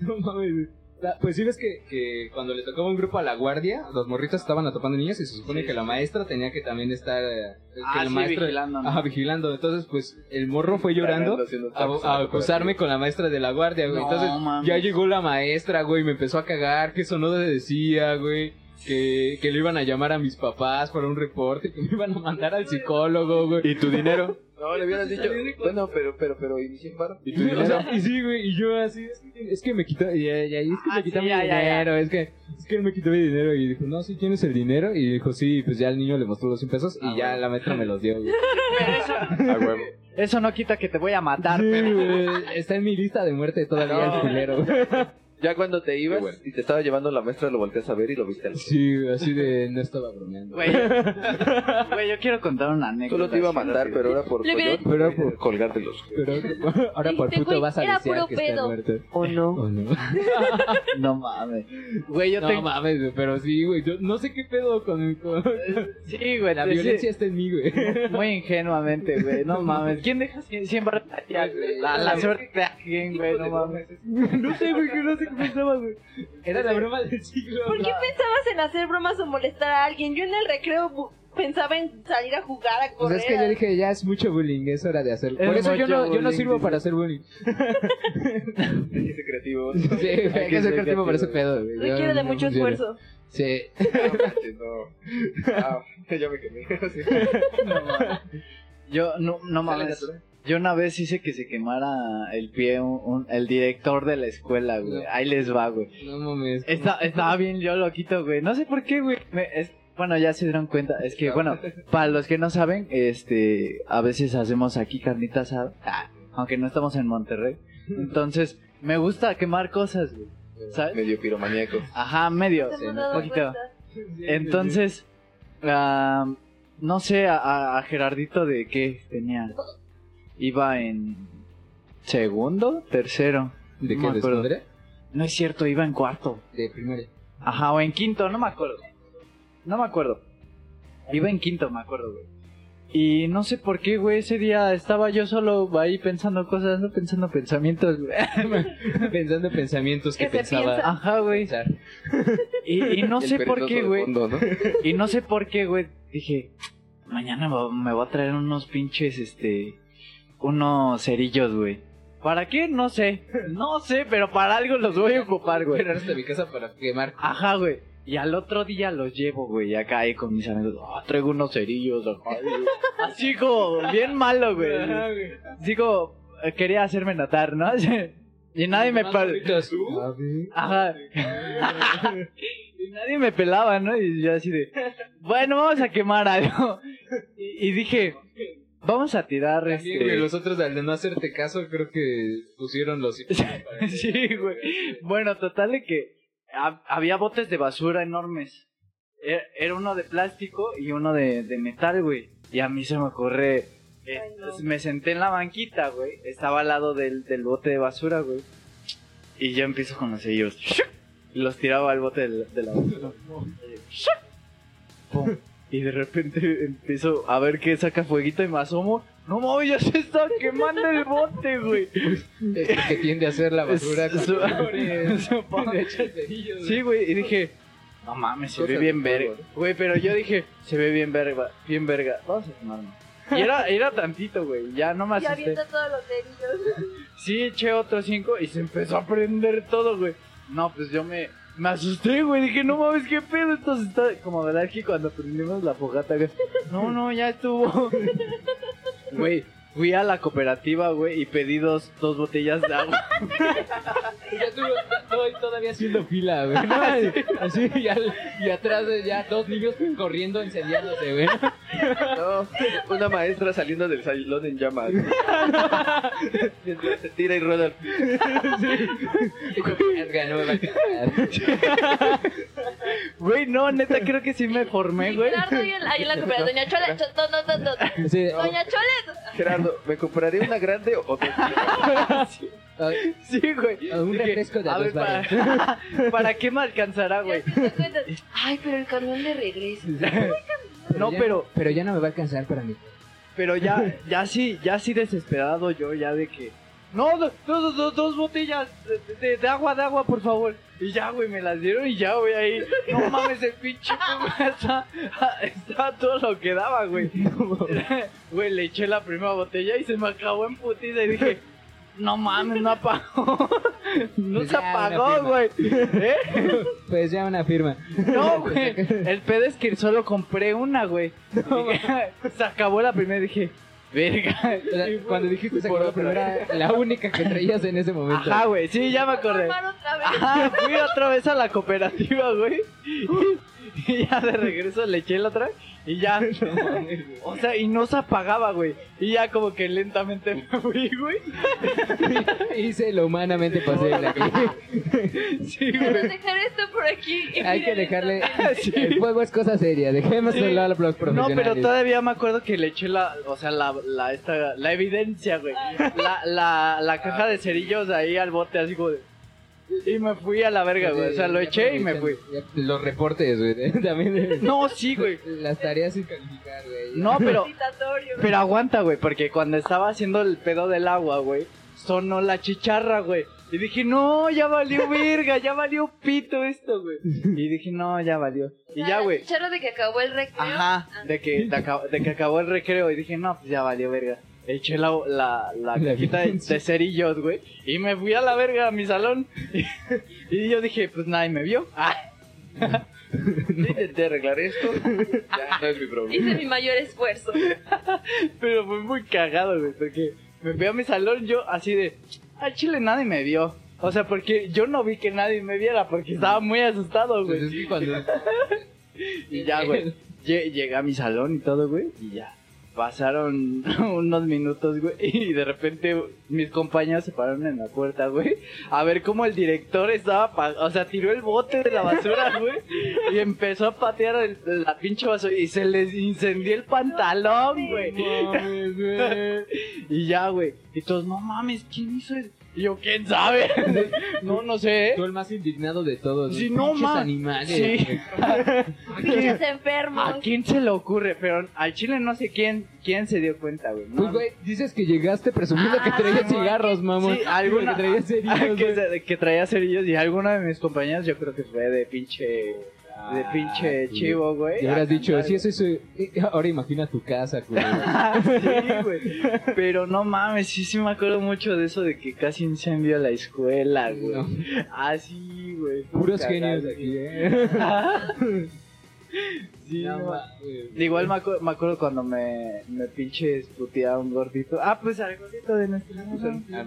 Speaker 3: No mames. güey. La- Pues sí ves que, que cuando le tocaba un grupo a la guardia, los morritos estaban atopando niñas y se supone
Speaker 2: Sí,
Speaker 3: que la
Speaker 2: sí.
Speaker 3: maestra tenía que también estar... eh, Que
Speaker 2: Ah,
Speaker 3: el
Speaker 2: sí,
Speaker 3: maestro...
Speaker 2: vigilando, ¿no?
Speaker 3: Ajá, vigilando. Entonces, pues, el morro fue llorando
Speaker 5: haciendo
Speaker 3: a,
Speaker 5: tacos en
Speaker 3: a
Speaker 5: la
Speaker 3: acusarme con la maestra de la guardia, güey.
Speaker 2: No,
Speaker 3: Entonces,
Speaker 2: mames.
Speaker 3: ya llegó la maestra, güey, me empezó a cagar, que eso no se decía, güey. Que, que le iban a llamar a mis papás para un reporte, que me iban a mandar al psicólogo, güey.
Speaker 1: ¿Y tu dinero?
Speaker 5: No, le hubieran dicho, bueno, pero, pero, pero, y sin paro.
Speaker 1: ¿Y tu
Speaker 3: O
Speaker 1: dinero?
Speaker 3: sea, y sí, güey, y yo así, es que- es que me quitó, y, ya- ya- y es que
Speaker 2: Ah,
Speaker 3: me quitó
Speaker 2: sí,
Speaker 3: mi
Speaker 2: ya, ya, ya.
Speaker 3: dinero, es que, es que él me quitó mi dinero, y dijo, no, sí, tienes el dinero, y dijo, sí, pues ya el niño le mostró los 100 pesos, y
Speaker 2: Ah,
Speaker 3: ya
Speaker 2: bueno.
Speaker 3: la maestra me los dio, güey.
Speaker 2: Pero eso,
Speaker 1: A huevo.
Speaker 2: eso no quita que te voy a matar.
Speaker 3: Sí, güey, está en mi lista de muerte todavía
Speaker 5: No.
Speaker 3: el culero, güey.
Speaker 5: Ya cuando te ibas
Speaker 1: Qué bueno.
Speaker 5: y te estaba llevando la maestra, lo volteas a ver y lo viste al
Speaker 3: Sí, güey, así de, no estaba bromeando.
Speaker 2: Güey, güey, yo quiero contar una anécdota.
Speaker 5: Solo te iba a mandar, pero ahora por
Speaker 4: Le hubiera-
Speaker 5: coyot,
Speaker 3: Pero
Speaker 5: voy a
Speaker 3: por-
Speaker 5: colgártelos.
Speaker 3: Pero ahora por
Speaker 4: Dijiste,
Speaker 3: puto
Speaker 4: güey,
Speaker 3: vas a
Speaker 4: era
Speaker 3: decir
Speaker 4: puro
Speaker 3: que está
Speaker 4: pedo.
Speaker 3: muerto.
Speaker 2: ¿O no?
Speaker 3: ¿O no?
Speaker 2: No mames. Güey, yo
Speaker 3: no
Speaker 2: tengo...
Speaker 3: mames, güey, pero sí, güey. yo no sé qué pedo con, con-
Speaker 2: Sí, güey,
Speaker 3: la
Speaker 2: te-
Speaker 3: violencia está en mí, güey.
Speaker 2: Muy ingenuamente, güey, no mames. ¿Quién deja 100 barras allá, güey? La, la suerte a quién, güey, no mames. No sé, güey, que no sé qué pensaba, güey.
Speaker 3: Era la broma del siglo.
Speaker 4: ¿Por qué pensabas en hacer bromas o molestar a alguien? Yo en el recreo bu- pensaba en salir a jugar, a
Speaker 3: Pues
Speaker 4: correr.
Speaker 3: es que
Speaker 4: a-
Speaker 3: yo dije, ya es mucho bullying, es hora de hacerlo.
Speaker 2: Es
Speaker 3: Por eso yo
Speaker 2: mucho
Speaker 3: no, yo no
Speaker 2: bullying,
Speaker 3: sirvo
Speaker 2: dice.
Speaker 3: para hacer bullying.
Speaker 5: Ese creativo.
Speaker 3: Sí, güey, hay
Speaker 2: ser
Speaker 3: que ser creativo para ese pedo, güey. Yo
Speaker 4: Requiere de
Speaker 3: no
Speaker 4: mucho
Speaker 3: funciona.
Speaker 4: esfuerzo.
Speaker 3: Sí.
Speaker 5: No. Ah, ya me quemé. Sí.
Speaker 2: Yo, no, no mames. Yo una vez hice que se quemara el pie un- un- el director de la escuela, güey.
Speaker 3: No.
Speaker 2: Ahí les va, güey.
Speaker 3: No mames.
Speaker 2: Esta- estaba bien yo loquito, güey. No sé por qué, güey. Me- es- bueno, ya se dieron cuenta. Es que, bueno, para los que no saben, este, a veces hacemos aquí carnita asada. Ah, aunque no estamos en Monterrey. Entonces, me gusta quemar cosas, güey. ¿Sabes?
Speaker 5: Medio piromaníaco.
Speaker 2: Ajá, medio.
Speaker 4: Te hemos
Speaker 2: Un
Speaker 4: dado
Speaker 2: poquito.
Speaker 4: cuenta.
Speaker 2: Entonces, am, no sé, a- a, a Gerardito de qué tenía. Iba en segundo, tercero.
Speaker 3: ¿De
Speaker 2: no
Speaker 3: qué?
Speaker 2: me
Speaker 3: ¿De
Speaker 2: acuerdo.
Speaker 3: secundaria?
Speaker 2: No es cierto, iba en cuarto.
Speaker 3: De primaria.
Speaker 2: Ajá, o en quinto, no me acuerdo. No me acuerdo. Iba en quinto, me acuerdo, güey. Y no sé por qué, güey, ese día estaba yo solo ahí pensando cosas, no pensando pensamientos, güey.
Speaker 3: Pensando pensamientos que
Speaker 4: Que se
Speaker 3: pensaba. Ah,
Speaker 4: piensa.
Speaker 2: Ajá, güey.
Speaker 3: pensar.
Speaker 2: Y, y no
Speaker 5: El
Speaker 2: sé por
Speaker 5: perezoso
Speaker 2: qué,
Speaker 5: de
Speaker 2: güey.
Speaker 5: fondo, ¿no?
Speaker 2: Y no sé por qué, güey. Dije, mañana va- me voy a traer unos pinches, este, unos cerillos, güey. ¿Para qué? No sé. No sé, pero para algo los voy a ocupar, güey.
Speaker 3: Pero hasta mi casa para quemar.
Speaker 2: Ajá, güey. Y al otro día los llevo, güey, acá ahí con mis amigos. "Ah, traigo unos cerillos, ajá, güey". Así como, bien malo, güey.
Speaker 3: Ajá, güey.
Speaker 2: Así como, eh, quería hacerme notar, ¿no? Y nadie me... par-
Speaker 3: A ver.
Speaker 2: Ajá. Y nadie me pelaba, ¿no? Y yo así de, bueno, vamos a quemar algo. Y, y dije, vamos a tirar
Speaker 3: También, Pues güey,
Speaker 2: este...
Speaker 3: los otros al de no hacerte caso creo que pusieron los hipócritas para-
Speaker 2: Sí, güey. Bueno, total de que ha- había botes de basura enormes. Era, era uno de plástico y uno de, de metal, güey. Y a mí se me ocurre... eh,
Speaker 4: Ay, no.
Speaker 2: Me senté en la banquita, güey. Estaba al lado del, del bote de basura, güey. Y yo empiezo con los sellos. Y los tiraba al bote de la, de la basura. Pum. Y de repente empiezo a ver que saca fueguito y me asomo. No mames, ya se está quemando el bote, güey.
Speaker 3: Es lo que tiende a hacer la basura
Speaker 2: Es- su- supongo. Sí, güey, y dije, no mames, se ve
Speaker 5: Cosas
Speaker 2: bien
Speaker 5: de
Speaker 2: verga.
Speaker 5: fútbol.
Speaker 2: Güey, pero yo dije, se ve bien verga, bien verga. Vamos a quemarnos. Y era, era tantito, güey, ya no me
Speaker 4: Y
Speaker 2: asusté.
Speaker 4: avienta todos los cerillos.
Speaker 2: Sí, eché otro cinco y se empezó a prender todo, güey. No, pues yo me, me asusté, güey, dije, no mames, qué pedo. Entonces está como, ¿verdad? Que cuando prendimos la fogata, güey, no, no, ya estuvo. Güey, fui a la cooperativa, güey, y pedí dos, dos botellas de agua.
Speaker 3: Ya tú- estoy todavía haciendo fila, güey. ¿no?
Speaker 2: Ah,
Speaker 3: Así, y, al- y atrás de ya dos niños corriendo, encendiéndose, güey.
Speaker 5: No, una maestra saliendo del salón en llamas. Mientras se tira y rueda el
Speaker 3: Verga, no me va a quedar.
Speaker 2: Güey, no, neta, creo que sí me formé, güey.
Speaker 4: Leonardo ahí en- ahí en la cooperativa. Doña Chola, cho- no, no, no, no.
Speaker 3: Sí,
Speaker 4: Doña Chola.
Speaker 5: Gerardo, ¿me compraré una grande o dos?
Speaker 3: A,
Speaker 2: Sí, güey.
Speaker 3: a un
Speaker 2: Dije,
Speaker 3: refresco de
Speaker 2: a
Speaker 3: a
Speaker 2: ver,
Speaker 3: dos bares.
Speaker 2: para, ¿para qué me alcanzará, Ah,
Speaker 4: Ya
Speaker 2: güey?
Speaker 4: te das cuenta. Ay, pero el camión de regreso.
Speaker 2: No,
Speaker 3: ya-
Speaker 2: pero,
Speaker 3: Pero ya no me va a alcanzar para mí.
Speaker 2: pero ya, ya sí, ya sí desesperado yo, ya de que. No, do- dos, dos, dos, dos botellas de, de- de agua, de agua, por favor. Y ya, güey, me las dieron y ya, güey, ahí. No mames, el pinche Puma está, está todo lo que daba, güey. Güey, le eché la primera botella y se me acabó en putiza y dije, no mames, no apagó. No
Speaker 3: Pues
Speaker 2: se
Speaker 3: ya, una
Speaker 2: apagó,
Speaker 3: firma.
Speaker 2: güey. ¿Eh?
Speaker 3: Pues ya una firma.
Speaker 2: No, güey. El pedo es que solo compré una, güey. Dije, "Ah, se acabó la primera y dije, verga.
Speaker 3: O sea, cuando dijiste se acabó la primera, la única que traías en ese
Speaker 2: Ajá,
Speaker 3: momento.
Speaker 2: güá, Ah, güey. Sí, ya me acordé.
Speaker 4: Formar otra vez.
Speaker 2: Ajá, fui otra vez a la cooperativa, güey. Y- Y ya de regreso le eché la otra vez y ya. O sea, y no se apagaba, güey. Y ya como que lentamente me fui, güey.
Speaker 3: Hice lo humanamente posible aquí.
Speaker 2: Sí,
Speaker 4: Vamos a
Speaker 2: güey.
Speaker 4: dejar esto por aquí.
Speaker 3: Hay que dejarle.
Speaker 2: Ah, Sí.
Speaker 3: El juego es cosa seria. Dejémoslo a los
Speaker 2: No,
Speaker 3: profesionales.
Speaker 2: pero todavía me acuerdo que le eché la, o sea, la, la, esta, la evidencia, güey. La, la, la caja de cerillos ahí al bote, así como de... Y me fui a la verga, güey. O sea, lo eché y me fui.
Speaker 3: Ya, Los reportes, güey. También.
Speaker 2: No, sí, güey.
Speaker 3: Las tareas sin calificar, güey.
Speaker 2: No, pero,
Speaker 4: Citatorio.
Speaker 2: pero aguanta, güey, porque cuando estaba haciendo el pedo del agua, güey, sonó la chicharra, güey. Y dije, no, ya valió verga, ya valió pito esto, güey. Y dije, no, ya valió. Y ya, güey.
Speaker 4: Charro de que acabó el recreo.
Speaker 2: Ajá, de que, de, acab- de que acabó el recreo y dije, no, pues ya valió verga. Eché la, la, la
Speaker 3: La
Speaker 2: cajita de,
Speaker 3: evidencia.
Speaker 2: de cerillos, güey, y me fui a la verga a mi salón. Y, yo dije, pues nadie me vio. Ah,
Speaker 5: Intenté arreglar esto. Ya no es mi problema.
Speaker 4: Hice mi mayor esfuerzo.
Speaker 2: pero fue muy cagado, güey, porque me fui a mi salón yo así de, al chile nadie me vio. O sea, porque yo no vi que nadie me viera porque estaba muy asustado,
Speaker 3: Pues es
Speaker 2: güey.
Speaker 3: que cuando.
Speaker 2: Y ya, güey. lle- Llegué a mi salón y todo, güey. Y ya. Pasaron unos minutos, güey. Y de repente mis compañeros se pararon en la puerta, güey. A ver cómo el director estaba. pa- O sea, tiró el bote de la basura, güey. Y empezó a patear el- la pinche basura. Y se les incendió el pantalón, güey.
Speaker 3: Mames, güey.
Speaker 2: Y ya, güey. Y todos, no mames, ¿quién hizo eso? Y yo, ¿quién sabe? No, no sé. ¿eh?
Speaker 3: Tú el más indignado de todos.
Speaker 2: Sí,
Speaker 3: los
Speaker 2: no,
Speaker 3: pinches
Speaker 2: ma.
Speaker 3: animales.
Speaker 2: Sí.
Speaker 3: güey.
Speaker 4: Pinches enfermos.
Speaker 2: ¿A quién se le ocurre? Pero al chile no sé quién, quién se dio cuenta, güey. No,
Speaker 3: Pues, güey, dices que llegaste presumiendo que
Speaker 2: Ah,
Speaker 3: traías
Speaker 2: sí,
Speaker 3: cigarros, mamón.
Speaker 2: Sí, alguna-
Speaker 3: Que traías cerillos,
Speaker 2: Ah, que,
Speaker 3: güey.
Speaker 2: se- que traía cerillos y alguno de mis compañeros yo creo que fue de pinche de pinche
Speaker 3: Ah, sí.
Speaker 2: chivo, güey.
Speaker 3: Y
Speaker 2: a
Speaker 3: habrás dicho,
Speaker 2: cantar,
Speaker 3: si eso es... eh, Ahora imagina tu casa, culero.
Speaker 2: güey. Sí, güey. Pero no mames, sí, sí me acuerdo mucho de eso de que casi incendió la escuela, güey.
Speaker 3: No.
Speaker 2: Así, güey. fue
Speaker 3: Puros
Speaker 2: cagado,
Speaker 3: genios
Speaker 2: güey.
Speaker 3: aquí, eh.
Speaker 2: Sí,
Speaker 3: No
Speaker 2: no mames.
Speaker 3: mames.
Speaker 2: Igual me, acu- me acuerdo cuando me, me pinche esputeaba un gordito. Ah, pues al gordito de nuestro
Speaker 3: Pues Al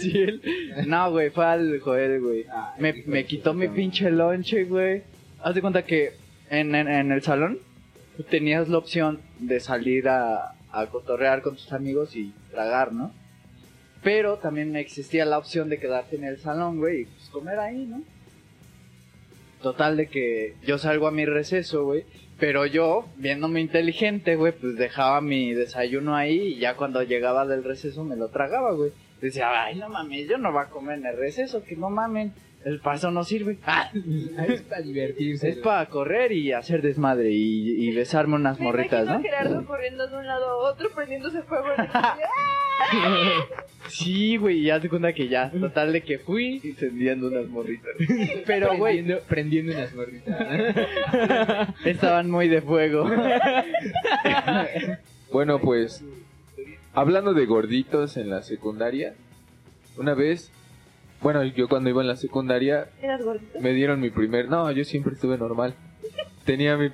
Speaker 2: Sí, él. No, güey, fue al joder, güey.
Speaker 3: Ah,
Speaker 2: Me,
Speaker 3: hijo
Speaker 2: me
Speaker 3: de
Speaker 2: quitó
Speaker 3: su
Speaker 2: mi
Speaker 3: puta
Speaker 2: pinche lonche, güey. Haz de cuenta que en, en- en el salón tenías la opción de salir a, a cotorrear con tus amigos y tragar, ¿no? Pero también existía la opción de quedarte en el salón, güey, y pues comer ahí, ¿no? Total de que yo salgo a mi receso, güey. Pero yo, viéndome inteligente, güey, pues dejaba mi desayuno ahí y ya cuando llegaba del receso me lo tragaba, güey. Decía, ay, no mames, yo no voy a comer en el receso, que no mamen, el paso no sirve. Ah,
Speaker 3: madre. Ah, Es para divertirse.
Speaker 2: es para correr y hacer desmadre y, y besarme unas
Speaker 4: Me
Speaker 2: morritas, ¿no?
Speaker 4: imagino a Gerardo corriendo de un lado a otro, prendiéndose fuego. en el cuello.
Speaker 2: Sí, güey, y haz de cuenta que ya, total de que fui,
Speaker 5: Incendiando unas morritas.
Speaker 2: pero güey,
Speaker 3: Prendiendo, prendiendo unas morritas.
Speaker 2: estaban muy de fuego.
Speaker 1: Bueno, pues hablando de gorditos en la secundaria, una vez, bueno, yo cuando iba en la secundaria
Speaker 4: ¿Eras gordito?
Speaker 1: me dieron mi primer, no, yo siempre estuve normal. Tenía mi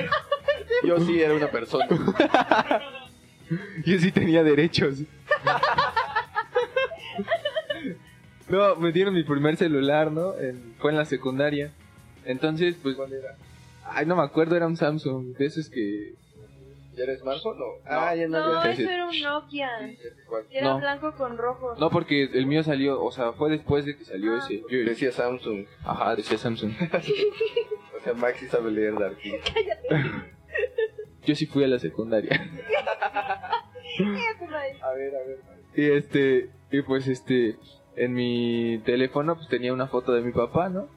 Speaker 5: Yo sí era una persona.
Speaker 1: Yo sí tenía derechos. No, me dieron mi primer celular, ¿no? En- fue en la secundaria. Entonces, pues... Ay, no me acuerdo, era un Samsung. De esos que...
Speaker 5: ¿Ya eres smartphone o? Ah, ya no.
Speaker 4: No,
Speaker 1: ya.
Speaker 4: eso era un Nokia.
Speaker 5: Sí, ya sé cuál.
Speaker 4: Era
Speaker 1: No.
Speaker 4: blanco con rojo.
Speaker 1: No, porque el mío salió, o sea, fue después de que salió ese. Yo-
Speaker 5: Decía Samsung.
Speaker 1: Ajá, decía Samsung.
Speaker 5: O sea, Maxi sabe leer Dark Knight.
Speaker 1: Yo sí fui a la secundaria.
Speaker 4: Ay,
Speaker 5: A ver, a ver.
Speaker 1: Y este... Y pues este, en mi teléfono pues tenía una foto de mi papá, ¿no?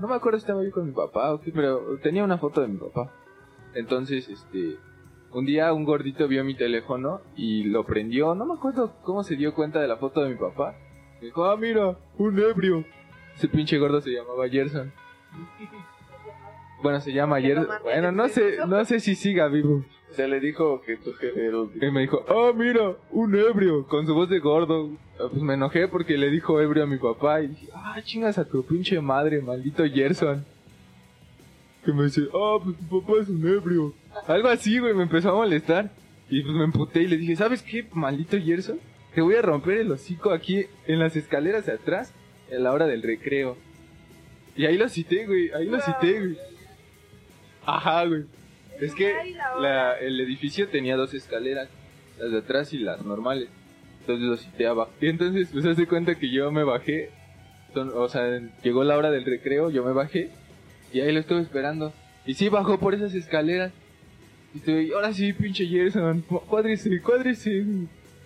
Speaker 1: No me acuerdo si estaba yo con mi papá o qué, pero tenía una foto de mi papá. Entonces, este, un día un gordito vio mi teléfono y lo prendió. No me acuerdo cómo se dio cuenta de la foto de mi papá. Me dijo, ah, mira, un ebrio. Ese pinche gordo se llamaba Gerson. Bueno, se llama
Speaker 4: Porque
Speaker 1: Gerson.
Speaker 4: lo mandé
Speaker 1: Bueno, no sé,
Speaker 4: después.
Speaker 1: no sé si siga vivo.
Speaker 5: O sea, le dijo que tu jefe era un-
Speaker 1: Y me dijo, ah, mira, un ebrio, con su voz de gordo. Ah, Pues me enojé porque le dijo ebrio a mi papá y dije, ah, chingas a tu pinche madre, maldito Gerson. Que me dice, ah, pues tu papá es un ebrio. Algo así, güey, me empezó a molestar. Y pues me emputé y le dije, ¿sabes qué, maldito Gerson? Te voy a romper el hocico aquí en las escaleras de atrás a la hora del recreo. Y ahí lo cité, güey, ahí lo cité, güey. Ajá, güey. Es que
Speaker 4: Ay, la
Speaker 1: la- el edificio tenía dos escaleras, las de atrás y las normales. Entonces lo cité abajo. Y entonces, pues hace cuenta que yo me bajé. Son- o sea, llegó la hora del recreo, yo me bajé. Y ahí lo estuve esperando. Y sí, bajó por esas escaleras. Y estoy, ahora sí, pinche Gerson, cuádrese, cuádrese.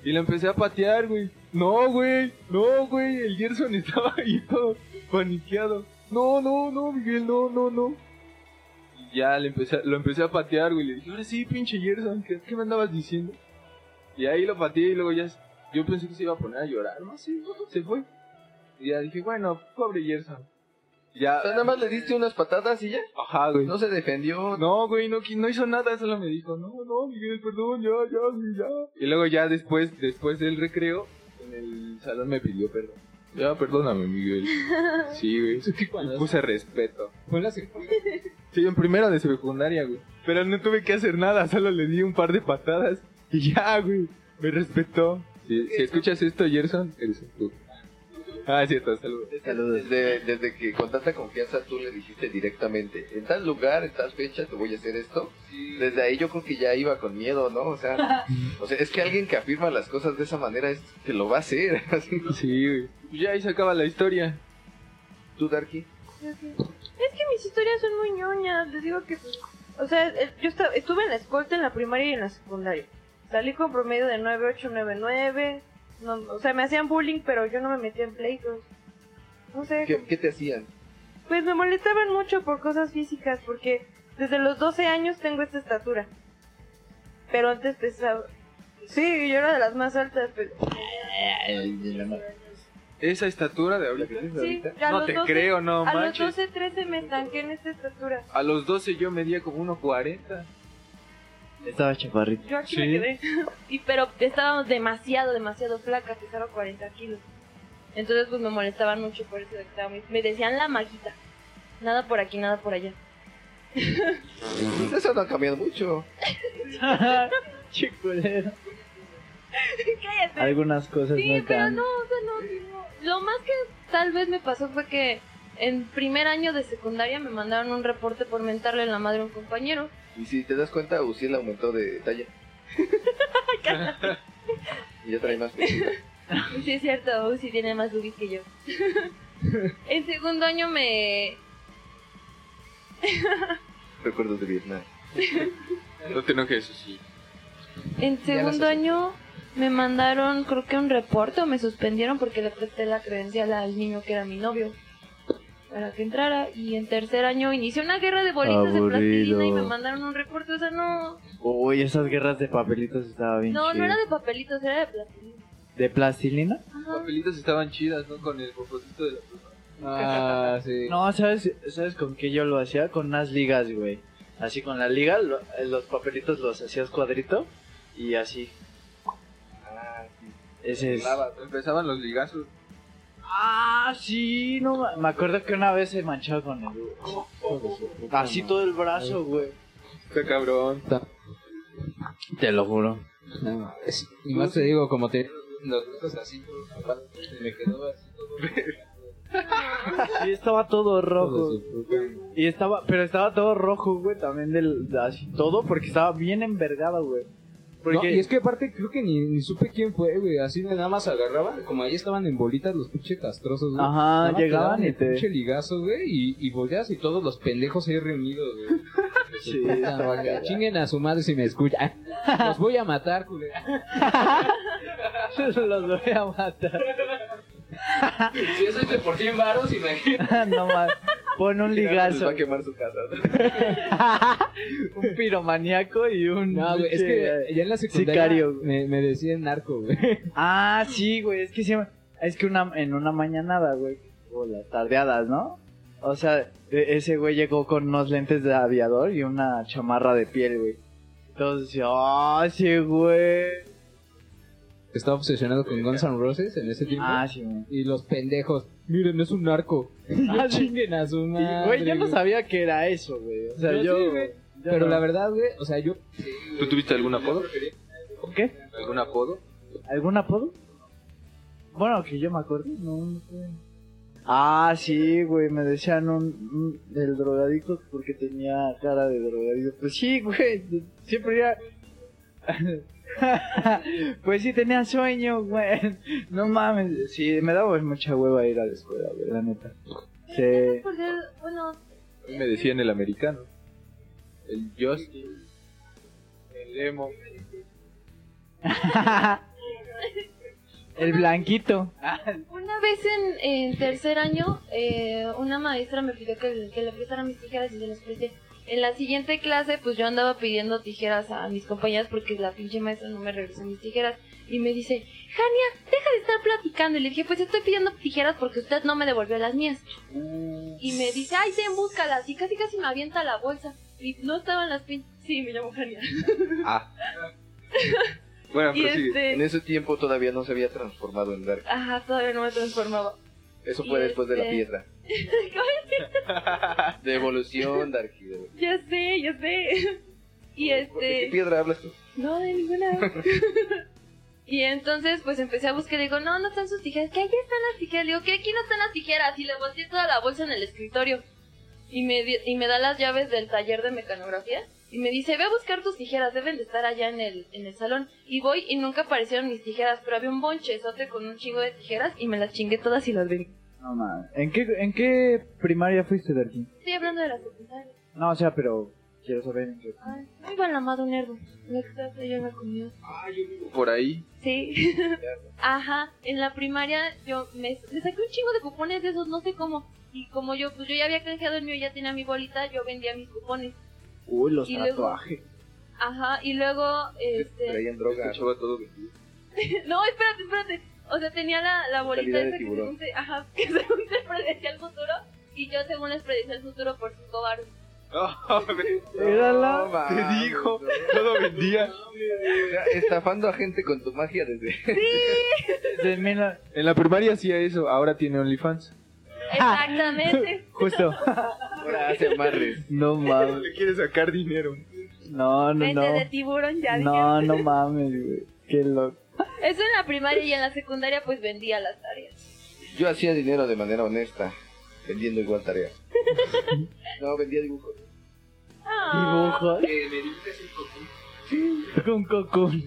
Speaker 1: Y lo empecé a patear, güey. No, güey, no, güey, el Gerson estaba ahí todo paniqueado. No, no, no, Miguel, no, no, no. Y ya le empecé, a- lo empecé a patear, güey. Le dije, ahora sí, pinche Gerson, ¿qué, qué me andabas diciendo? Y ahí lo pateé y luego ya. s- Yo pensé que se iba a poner a llorar, no sé, se fue. Y ya dije, bueno, pobre Gerson. Ya,
Speaker 5: O sea, nada más le diste unas patadas y ya.
Speaker 1: ajá, güey.
Speaker 5: No se defendió.
Speaker 1: No, güey, no, qui- no hizo nada, solo me dijo, no, no, Miguel, perdón, ya, ya, güey, ya. Y luego ya después, después del recreo, en el salón me pidió perdón. Ya, perdóname, Miguel. Sí, güey.
Speaker 3: Es que
Speaker 1: Le
Speaker 3: cuando
Speaker 1: Puse respeto.
Speaker 3: fue la secundaria,
Speaker 1: Sí, en primero de secundaria, güey. Pero no tuve que hacer nada, solo le di un par de patadas y ya, güey, me respetó. Si, si escuchas esto, Gerson, eres tú. Ah, es cierto, saludos.
Speaker 2: Saludos.
Speaker 5: Desde, desde que con tanta confianza tú le dijiste directamente, en tal lugar, en tal fecha, te voy a hacer esto. Desde ahí yo creo que ya iba con miedo, ¿no? O sea, o sea es que alguien que afirma las cosas de esa manera es, te lo va a hacer.
Speaker 1: Sí, güey. Ya ahí se acaba la historia.
Speaker 5: tú, Darky,
Speaker 4: Creo que- Es que mis historias son muy ñoñas, les digo que pues, o sea, el- yo esta- estuve en la escolta en la primaria y en la secundaria. Salí con promedio de 9899. No, o sea, me hacían bullying, pero yo no me metía en pleitos. No sé,
Speaker 5: ¿qué, qué te hacían?
Speaker 4: pues me molestaban mucho por cosas físicas porque desde los 12 años tengo esta estatura. Pero antes pesaba Sí, yo era de las más altas, pero
Speaker 1: Esa estatura de
Speaker 5: ¿La
Speaker 1: ahorita.
Speaker 5: que tienes
Speaker 4: sí,
Speaker 5: ahorita?
Speaker 4: a
Speaker 1: No
Speaker 4: los
Speaker 1: te
Speaker 4: 12
Speaker 1: creo, no
Speaker 4: a los
Speaker 1: manches.
Speaker 4: 12, 13 me estanqué en esta estatura.
Speaker 1: A los 12 yo medía como 1.40.
Speaker 2: Estaba chaparrito.
Speaker 4: Yo aquí
Speaker 1: Sí.
Speaker 4: me quedé. Y, pero estábamos demasiado, demasiado flacas, pesaba 40 kilos. Entonces pues me molestaban mucho por eso de que estaba muy... Me decían la maguita. Nada por aquí, nada por allá.
Speaker 5: Pues eso no ha cambiado mucho.
Speaker 2: Che culero.
Speaker 4: Cállate.
Speaker 2: Algunas cosas
Speaker 4: sí,
Speaker 2: no
Speaker 4: pero
Speaker 2: cambian.
Speaker 4: no, o sea, no, sí, no. Lo más que tal vez me pasó fue que en primer año de secundaria me mandaron un reporte por mentarle la madre a un compañero.
Speaker 5: Y si te das cuenta, Uciel aumentó de talla. y ya trae más pechuga.
Speaker 4: Y Sí, es cierto, si tiene más boobies que yo. en segundo año me,
Speaker 5: Recuerdos de Vietnam.
Speaker 1: No te enojes, sí.
Speaker 4: En
Speaker 5: Ya las
Speaker 4: segundo
Speaker 5: acepté.
Speaker 4: año me mandaron, creo que un reporte o me suspendieron porque le presté la credencial al niño que era mi novio para que entrara. Y en tercer año inició una guerra de bolitas
Speaker 2: Aburrido.
Speaker 4: de plastilina y me mandaron un reporte. O sea, no,
Speaker 2: Uy, esas guerras de papelitos estaba bien
Speaker 4: no, no
Speaker 2: chido.
Speaker 4: era de papelitos, era de plastilina. Ah,
Speaker 2: ¿De plastilina?
Speaker 1: Las
Speaker 4: Ajá.
Speaker 1: pelitas estaban chidas, ¿no? Con el popotito de la pluma.
Speaker 3: Ah, sí.
Speaker 2: No, ¿sabes, ¿sabes con qué yo lo hacía? Con unas ligas, güey. Así con la liga, lo- eh, los papelitos los hacías cuadrito y así.
Speaker 5: Ah, sí.
Speaker 2: Ese es...
Speaker 1: Lava, Empezaban los ligazos.
Speaker 2: Ah, sí, no ma- me acuerdo que una vez se manchaba con el... Así todo el brazo, güey.
Speaker 1: Está cabrón.
Speaker 2: Te lo juro.
Speaker 3: No, es- y más te digo, como te. Los dedos así, papá, se me quedó así todo.
Speaker 2: Y estaba todo
Speaker 3: Hijo
Speaker 2: rojo.
Speaker 3: de su puta madre.
Speaker 2: Y estaba, pero estaba todo rojo, güey, también del, de así, todo, porque estaba bien envergado, güey.
Speaker 3: No,
Speaker 2: Porque,
Speaker 3: y es que aparte creo que ni, ni supe quién fue, güey. Así de nada más agarraban, como ahí estaban en bolitas los pinches castrosos, güey.
Speaker 2: ajá,
Speaker 3: Nada más
Speaker 2: llegaban
Speaker 3: daban
Speaker 2: y
Speaker 3: el
Speaker 2: te...
Speaker 3: pinche ligazo, güey, y, y volteas y todos los pendejos ahí reunidos, güey.
Speaker 2: Sí,
Speaker 3: Puta
Speaker 2: estaba
Speaker 3: madre,
Speaker 2: cagado.
Speaker 3: Chinguen a su madre si me escuchan. Los voy a matar, culera.
Speaker 2: Los voy a matar.
Speaker 3: Si yo soy de por 100 varos, imagínate.
Speaker 2: no más. Pon un
Speaker 5: Les va
Speaker 2: ligazo.
Speaker 5: a quemar su casa.
Speaker 2: un piromaníaco y un.
Speaker 3: No, güey, es que ya en la secundaria
Speaker 2: Sicario, güey.
Speaker 3: me, me decían narco, güey.
Speaker 2: Ah, sí, güey. Es que se llama- Es que una, en una mañanada, güey. O las tardeadas, ¿no? O sea, e- ese güey llegó con unos lentes de aviador y una chamarra de piel, güey. Entonces, ah, sí, güey.
Speaker 3: Estaba obsesionado con Guns N' Roses en ese tiempo.
Speaker 2: Ah, sí, güey.
Speaker 3: Y los pendejos, miren, es un narco.
Speaker 2: Ah, sí.
Speaker 3: Chinguen a su madre,
Speaker 2: Güey, yo no sabía que era eso, güey. O sea,
Speaker 3: Yo
Speaker 2: yo.
Speaker 3: sí, güey.
Speaker 2: yo
Speaker 3: Pero
Speaker 2: no.
Speaker 3: la verdad, güey, o sea, yo
Speaker 1: ¿Tú tuviste algún apodo?
Speaker 2: ¿Qué?
Speaker 1: ¿Algún apodo?
Speaker 2: ¿Algún apodo? Bueno, que yo me acuerdo, no. no sé. Ah, sí, güey, me decían un, un- el drogadicto porque tenía cara de drogadicto. Pues sí, güey, siempre era... pues sí, tenía sueño, güey. No mames, sí, me daba mucha hueva ir a la escuela, güey, la neta. Sí.
Speaker 6: Por ser, bueno,
Speaker 1: A mí Me decían el americano. El Justin. El Emo.
Speaker 2: el blanquito.
Speaker 4: Una vez en, en tercer año, eh, una maestra me pidió que, que le prestara mis tijeras y se las presté. En la siguiente clase, pues yo andaba pidiendo tijeras a mis compañeras porque la pinche maestra no me regresó mis tijeras. Y me dice, Jania, deja de estar platicando. Y le dije, pues estoy pidiendo tijeras porque usted no me devolvió las mías. Y me dice, ay, ten, búscalas. Y casi casi me avienta la bolsa. Y no estaban las pinches... Sí, me llamo Jania.
Speaker 5: Ah.
Speaker 1: Bueno,
Speaker 6: Y
Speaker 1: prosigue.
Speaker 6: este-
Speaker 5: En ese tiempo todavía no se había transformado en Dark.
Speaker 6: ajá, todavía no me transformaba.
Speaker 5: Eso
Speaker 6: Y
Speaker 5: fue después de la
Speaker 6: este-
Speaker 5: piedra. De evolución, Dark. y de evolución.
Speaker 6: Ya sé, ya sé. Y
Speaker 5: ¿De qué
Speaker 6: este,
Speaker 5: piedra hablas tú?
Speaker 6: no de ninguna.
Speaker 4: Y entonces, pues empecé a buscar y digo, no, no están sus tijeras, que ahí están las tijeras. Digo, que aquí no están las tijeras. Y le volteé toda la bolsa en el escritorio. Y me, di- y me da las llaves del taller de mecanografía. Y me dice, ve a buscar tus tijeras, deben de estar allá en el, en el salón. Y voy y nunca aparecieron mis tijeras, pero había un bonchezote con un chingo de tijeras y me las chingué todas y las vendí.
Speaker 2: No mames. ¿En qué, ¿En qué primaria fuiste, Darkin?
Speaker 4: Estoy hablando de la secundaria.
Speaker 2: No, o sea, pero quiero saber en qué.
Speaker 4: Ay, no iba la madre un nervo. La que estaba la comida.
Speaker 1: Por ahí.
Speaker 4: Sí. Ajá, en la primaria yo me, me saqué un chingo de cupones de esos, no sé cómo. Y como yo, pues yo ya había canjeado el mío, ya tenía mi bolita, yo vendía mis cupones.
Speaker 2: Uy, los
Speaker 4: Y luego-
Speaker 2: tatuajes.
Speaker 4: Ajá, y luego, este...
Speaker 5: Traían droga.
Speaker 1: Este chavo todo vestido.
Speaker 4: No, espérate, espérate. O sea, tenía la, la bolita
Speaker 5: Mentalidad de
Speaker 4: esa que
Speaker 5: tiburón.
Speaker 4: según, se, ajá, que según se predecía el futuro, y yo según les predecía el futuro por cinco baros.
Speaker 5: No,
Speaker 2: Érala.
Speaker 1: Te
Speaker 5: mames,
Speaker 1: dijo.
Speaker 5: no.
Speaker 1: Todo vendía.
Speaker 5: O sea, Estafando a gente con tu magia desde...
Speaker 2: De mil-
Speaker 1: En la primaria hacía eso, ahora tiene OnlyFans.
Speaker 4: Exactamente.
Speaker 2: Justo.
Speaker 5: Ahora hace amarres.
Speaker 2: No mames.
Speaker 1: Le quiere sacar dinero.
Speaker 2: No, no,
Speaker 6: Mente de
Speaker 2: no.
Speaker 6: tiburón ya dije.
Speaker 2: No, no mames, güey. Qué loco.
Speaker 4: Eso en la primaria y en la secundaria pues vendía las tareas.
Speaker 5: Yo hacía dinero de manera honesta, vendiendo igual tarea. No, vendía dibujos.
Speaker 4: Ah.
Speaker 2: Dibujo.
Speaker 5: Eh,
Speaker 2: Con cocún.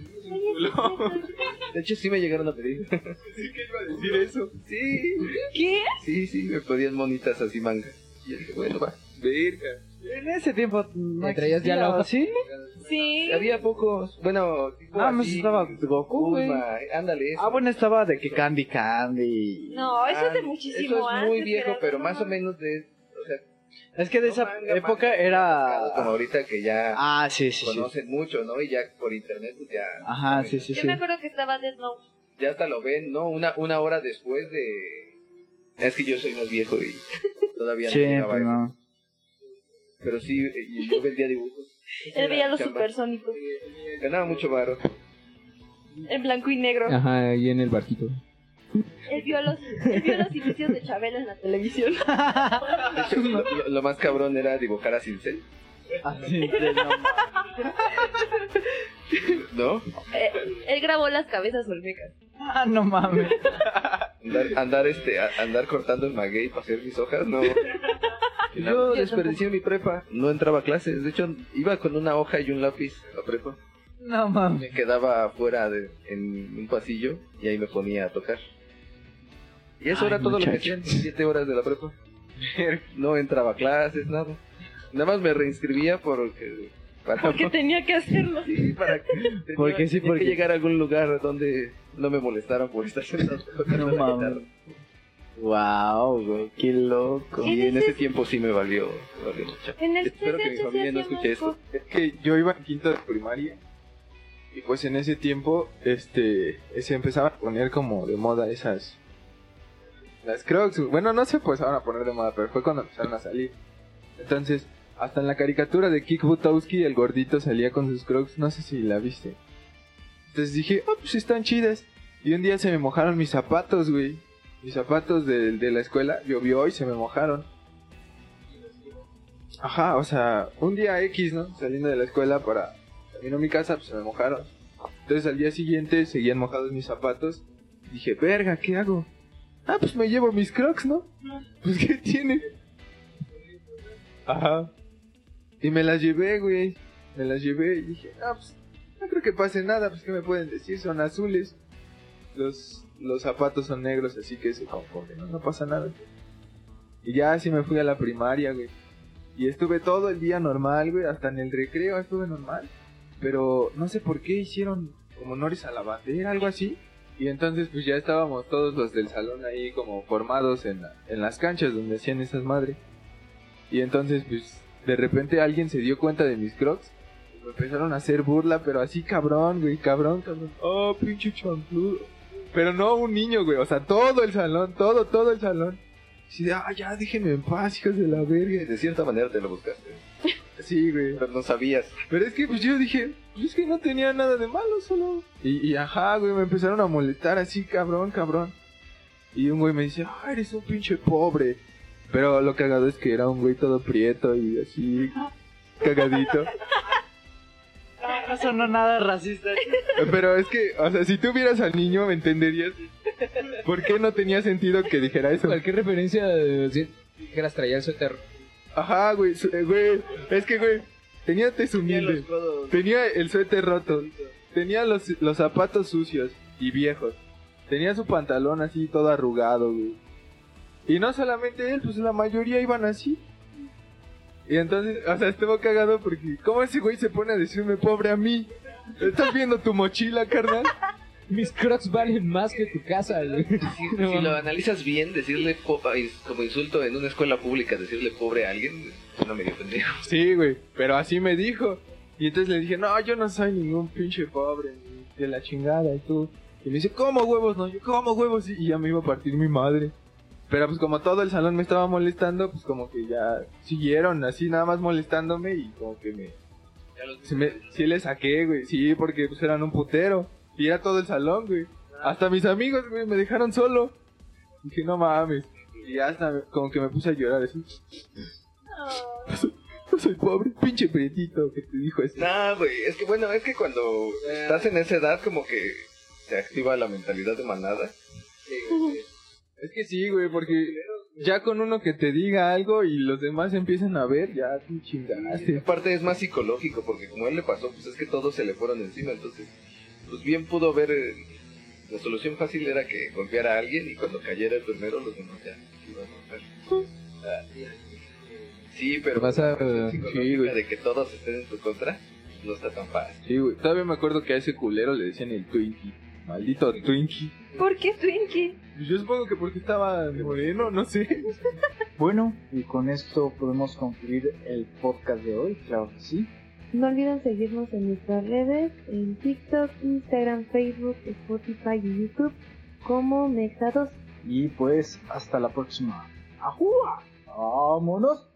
Speaker 5: De hecho, sí me llegaron a pedir.
Speaker 1: Decir eso.
Speaker 5: Sí,
Speaker 6: ¿Qué?
Speaker 5: sí, sí, me pedían monitas así mangas. Y yo dije, bueno, va.
Speaker 1: Verga.
Speaker 2: En ese tiempo. No
Speaker 3: ¿Le traías ya la
Speaker 2: existía, ¿Sí?
Speaker 3: hoja?
Speaker 6: Sí.
Speaker 5: Había pocos, bueno, tipo
Speaker 2: Ah, me
Speaker 5: así,
Speaker 2: estaba Goku, güey.
Speaker 5: Bulma, ándale. eso.
Speaker 2: Ah, bueno, estaba de que Candy Candy.
Speaker 6: No, eso es de
Speaker 5: Ah,
Speaker 6: muchísimo
Speaker 5: Eso es muy
Speaker 6: antes,
Speaker 5: viejo,
Speaker 6: Gerardo,
Speaker 5: pero
Speaker 6: no
Speaker 5: más o
Speaker 6: mames.
Speaker 5: menos de... O sea,
Speaker 2: Es que de
Speaker 5: no
Speaker 2: esa
Speaker 5: manga,
Speaker 2: época
Speaker 5: manga, como
Speaker 2: era.
Speaker 5: ahorita que ya
Speaker 2: Ah, sí, sí, Ah. sí.
Speaker 5: conocen mucho, ¿no? Y ya por internet pues ya...
Speaker 2: Ajá, sí, sí,
Speaker 4: Yo
Speaker 2: sí.
Speaker 4: me acuerdo que estaba Dead Note.
Speaker 5: Ya hasta lo ven, ¿no? Una, una hora después de... Es que yo soy más viejo y todavía no
Speaker 2: Sí,
Speaker 5: llegaba a
Speaker 2: pues
Speaker 5: eso.
Speaker 2: no.
Speaker 5: Pero sí, eh, y yo vendía dibujos.
Speaker 6: Él veía los
Speaker 5: Chamba.
Speaker 6: supersónicos
Speaker 5: Ganaba mucho varo.
Speaker 6: en blanco y negro.
Speaker 3: Ajá, ahí en el barquito.
Speaker 4: Él vio los, él vio los inicios de Chabela en la televisión.
Speaker 5: De hecho, lo, lo más cabrón era dibujar a cincel,
Speaker 2: Así Ah, de no mames.
Speaker 5: ¿no?
Speaker 4: Eh, él grabó las cabezas olmecas.
Speaker 2: Ah, no mames.
Speaker 5: Andar, andar, este, a- andar cortando el maguey para hacer mis hojas, no. Yo
Speaker 4: tampoco.
Speaker 5: desperdicié mi prepa, no entraba a clases. De hecho, iba con una hoja y un lápiz a prepa.
Speaker 2: No mames.
Speaker 5: Me quedaba afuera de, en un pasillo y ahí me ponía a tocar. Y eso
Speaker 2: Ay,
Speaker 5: era todo lo que
Speaker 2: muchacho.
Speaker 5: hacía en mis siete horas de la prepa. No entraba a clases, nada. Nada más me reinscribía porque Para,
Speaker 4: Porque tenía que hacerlo.
Speaker 5: sí, para que, tenía-
Speaker 2: Porque sí,
Speaker 5: tenía
Speaker 2: porque-
Speaker 5: que llegar a algún lugar donde no me molestaran por estar sentado.
Speaker 2: No mames. Wow, güey, qué loco.
Speaker 5: Y en ese tiempo sí me valió. me valió mucho.
Speaker 4: En el
Speaker 5: Espero que mi
Speaker 4: CCH
Speaker 5: familia no escuche
Speaker 4: hacíamos
Speaker 5: esto.
Speaker 1: Es que yo iba en quinto de primaria y pues en ese tiempo este se empezaba a poner como de moda esas las Crocs. Bueno, no se empezaron a poner de moda, pero fue cuando empezaron a salir. Entonces, hasta en la caricatura de Kick Butowski el gordito salía con sus Crocs, no sé si la viste. Entonces dije, "Ah, pues están chidas." Y un día se me mojaron mis zapatos, güey. Mis zapatos de, de la escuela llovió y se me mojaron. Ajá, o sea, un día X, ¿no? Saliendo de la escuela para camino a mi casa, pues se me mojaron. Entonces al día siguiente seguían mojados mis zapatos. Dije, verga, ¿qué hago? Ah, pues me llevo mis crocs, ¿no? Pues ¿qué tiene? Ajá. Y me las llevé, güey. Me las llevé y dije, ah, pues no creo que pase nada, pues ¿qué me pueden decir? Son azules. Los, los zapatos son negros, así que se confunden, ¿no? No pasa nada. Y ya así me fui a la primaria, güey. Y estuve todo el día normal, güey, hasta en el recreo estuve normal. Pero no sé por qué hicieron como honores a la bandera, algo así. Y entonces pues ya estábamos todos los del salón ahí como formados en, la- en las canchas donde hacían esas madres. Y entonces pues de repente alguien se dio cuenta de mis crocs. y Me empezaron a hacer burla, pero así cabrón, güey, cabrón, cabrón. Oh, pinche chancludo. Pero no un niño, güey, o sea, todo el salón, todo, todo el salón. Así de, ah, ya déjenme en paz, hijos de la verga.
Speaker 5: De cierta manera te lo buscaste.
Speaker 1: Sí, güey.
Speaker 5: Pero no sabías.
Speaker 1: Pero es que pues yo dije, pues es que no tenía nada de malo, solo. Y, y ajá, güey, me empezaron a molestar así, cabrón, cabrón. Y un güey me dice, ah, eres un pinche pobre. Pero lo cagado es que era un güey todo prieto y así, cagadito.
Speaker 2: No, no sonó nada racista.
Speaker 1: Pero es que, o sea, si tú vieras al niño, me entenderías. ¿Por qué no tenía sentido que dijera eso?
Speaker 3: Cualquier referencia de decir que las traía el suéter.
Speaker 1: Ajá, güey, su- eh, güey, es que, güey, tenía tez humilde. Tenía el suéter roto. Tenía los, los zapatos sucios y viejos. Tenía su pantalón así todo arrugado, güey. Y no solamente él, pues la mayoría iban así. Y entonces, o sea, estuvo cagado porque, ¿cómo ese güey se pone a decirme pobre a mí? ¿Estás viendo tu mochila, carnal?
Speaker 3: Mis crocs valen más que tu casa, güey.
Speaker 5: Si,
Speaker 3: No
Speaker 5: si lo
Speaker 3: mames.
Speaker 5: analizas bien, decirle po- ay, como insulto en una escuela pública, decirle pobre a alguien, no me dio pendejo.
Speaker 1: Sí, güey, pero así me dijo. Y entonces le dije, no, yo no soy ningún pinche pobre, ni de la chingada, y tú. Y me dice, ¿cómo huevos? No, yo, ¿cómo huevos? Y ya me iba a partir mi madre. Pero pues como todo el salón me estaba molestando, pues como que ya siguieron así nada más molestándome y como que me... Sí, me- sí le saqué, güey, sí, porque pues eran un putero. Y era todo el salón, güey. Hasta mis amigos, güey, me dejaron solo. Dije, no mames. Y ya hasta me- como que me puse a llorar así. Yo soy pobre, pinche prietito que te dijo eso.
Speaker 5: Nah, güey, es que bueno, es que cuando estás en esa edad, como que se activa la mentalidad de manada.
Speaker 1: Es que sí, güey, porque ya con uno que te diga algo y los demás empiezan a ver, ya tú
Speaker 5: Y
Speaker 1: chingaste.
Speaker 5: aparte es más psicológico, porque como a él le pasó, pues es que todos se le fueron encima, entonces, pues bien pudo ver, eh, la solución fácil era que golpeara a alguien y cuando cayera el primero, los demás ya iban a golpear. Ah, Sí, pero
Speaker 3: Vas a-
Speaker 5: la presión psicológica
Speaker 1: sí, güey.
Speaker 5: de que todos estén en tu contra, no está tan fácil.
Speaker 1: Sí, güey. Todavía me acuerdo que a ese culero le decían el Twinkie. Maldito Twinkie.
Speaker 4: ¿Por qué Twinkie?
Speaker 1: Yo supongo que porque estaba moreno, no sé.
Speaker 2: Bueno, y con esto podemos concluir el podcast de hoy, claro que sí.
Speaker 7: No olviden seguirnos en nuestras redes, en TikTok, Instagram, Facebook, Spotify y YouTube como Mexados
Speaker 2: Y pues hasta la próxima. ¡Ajúa! ¡Vámonos!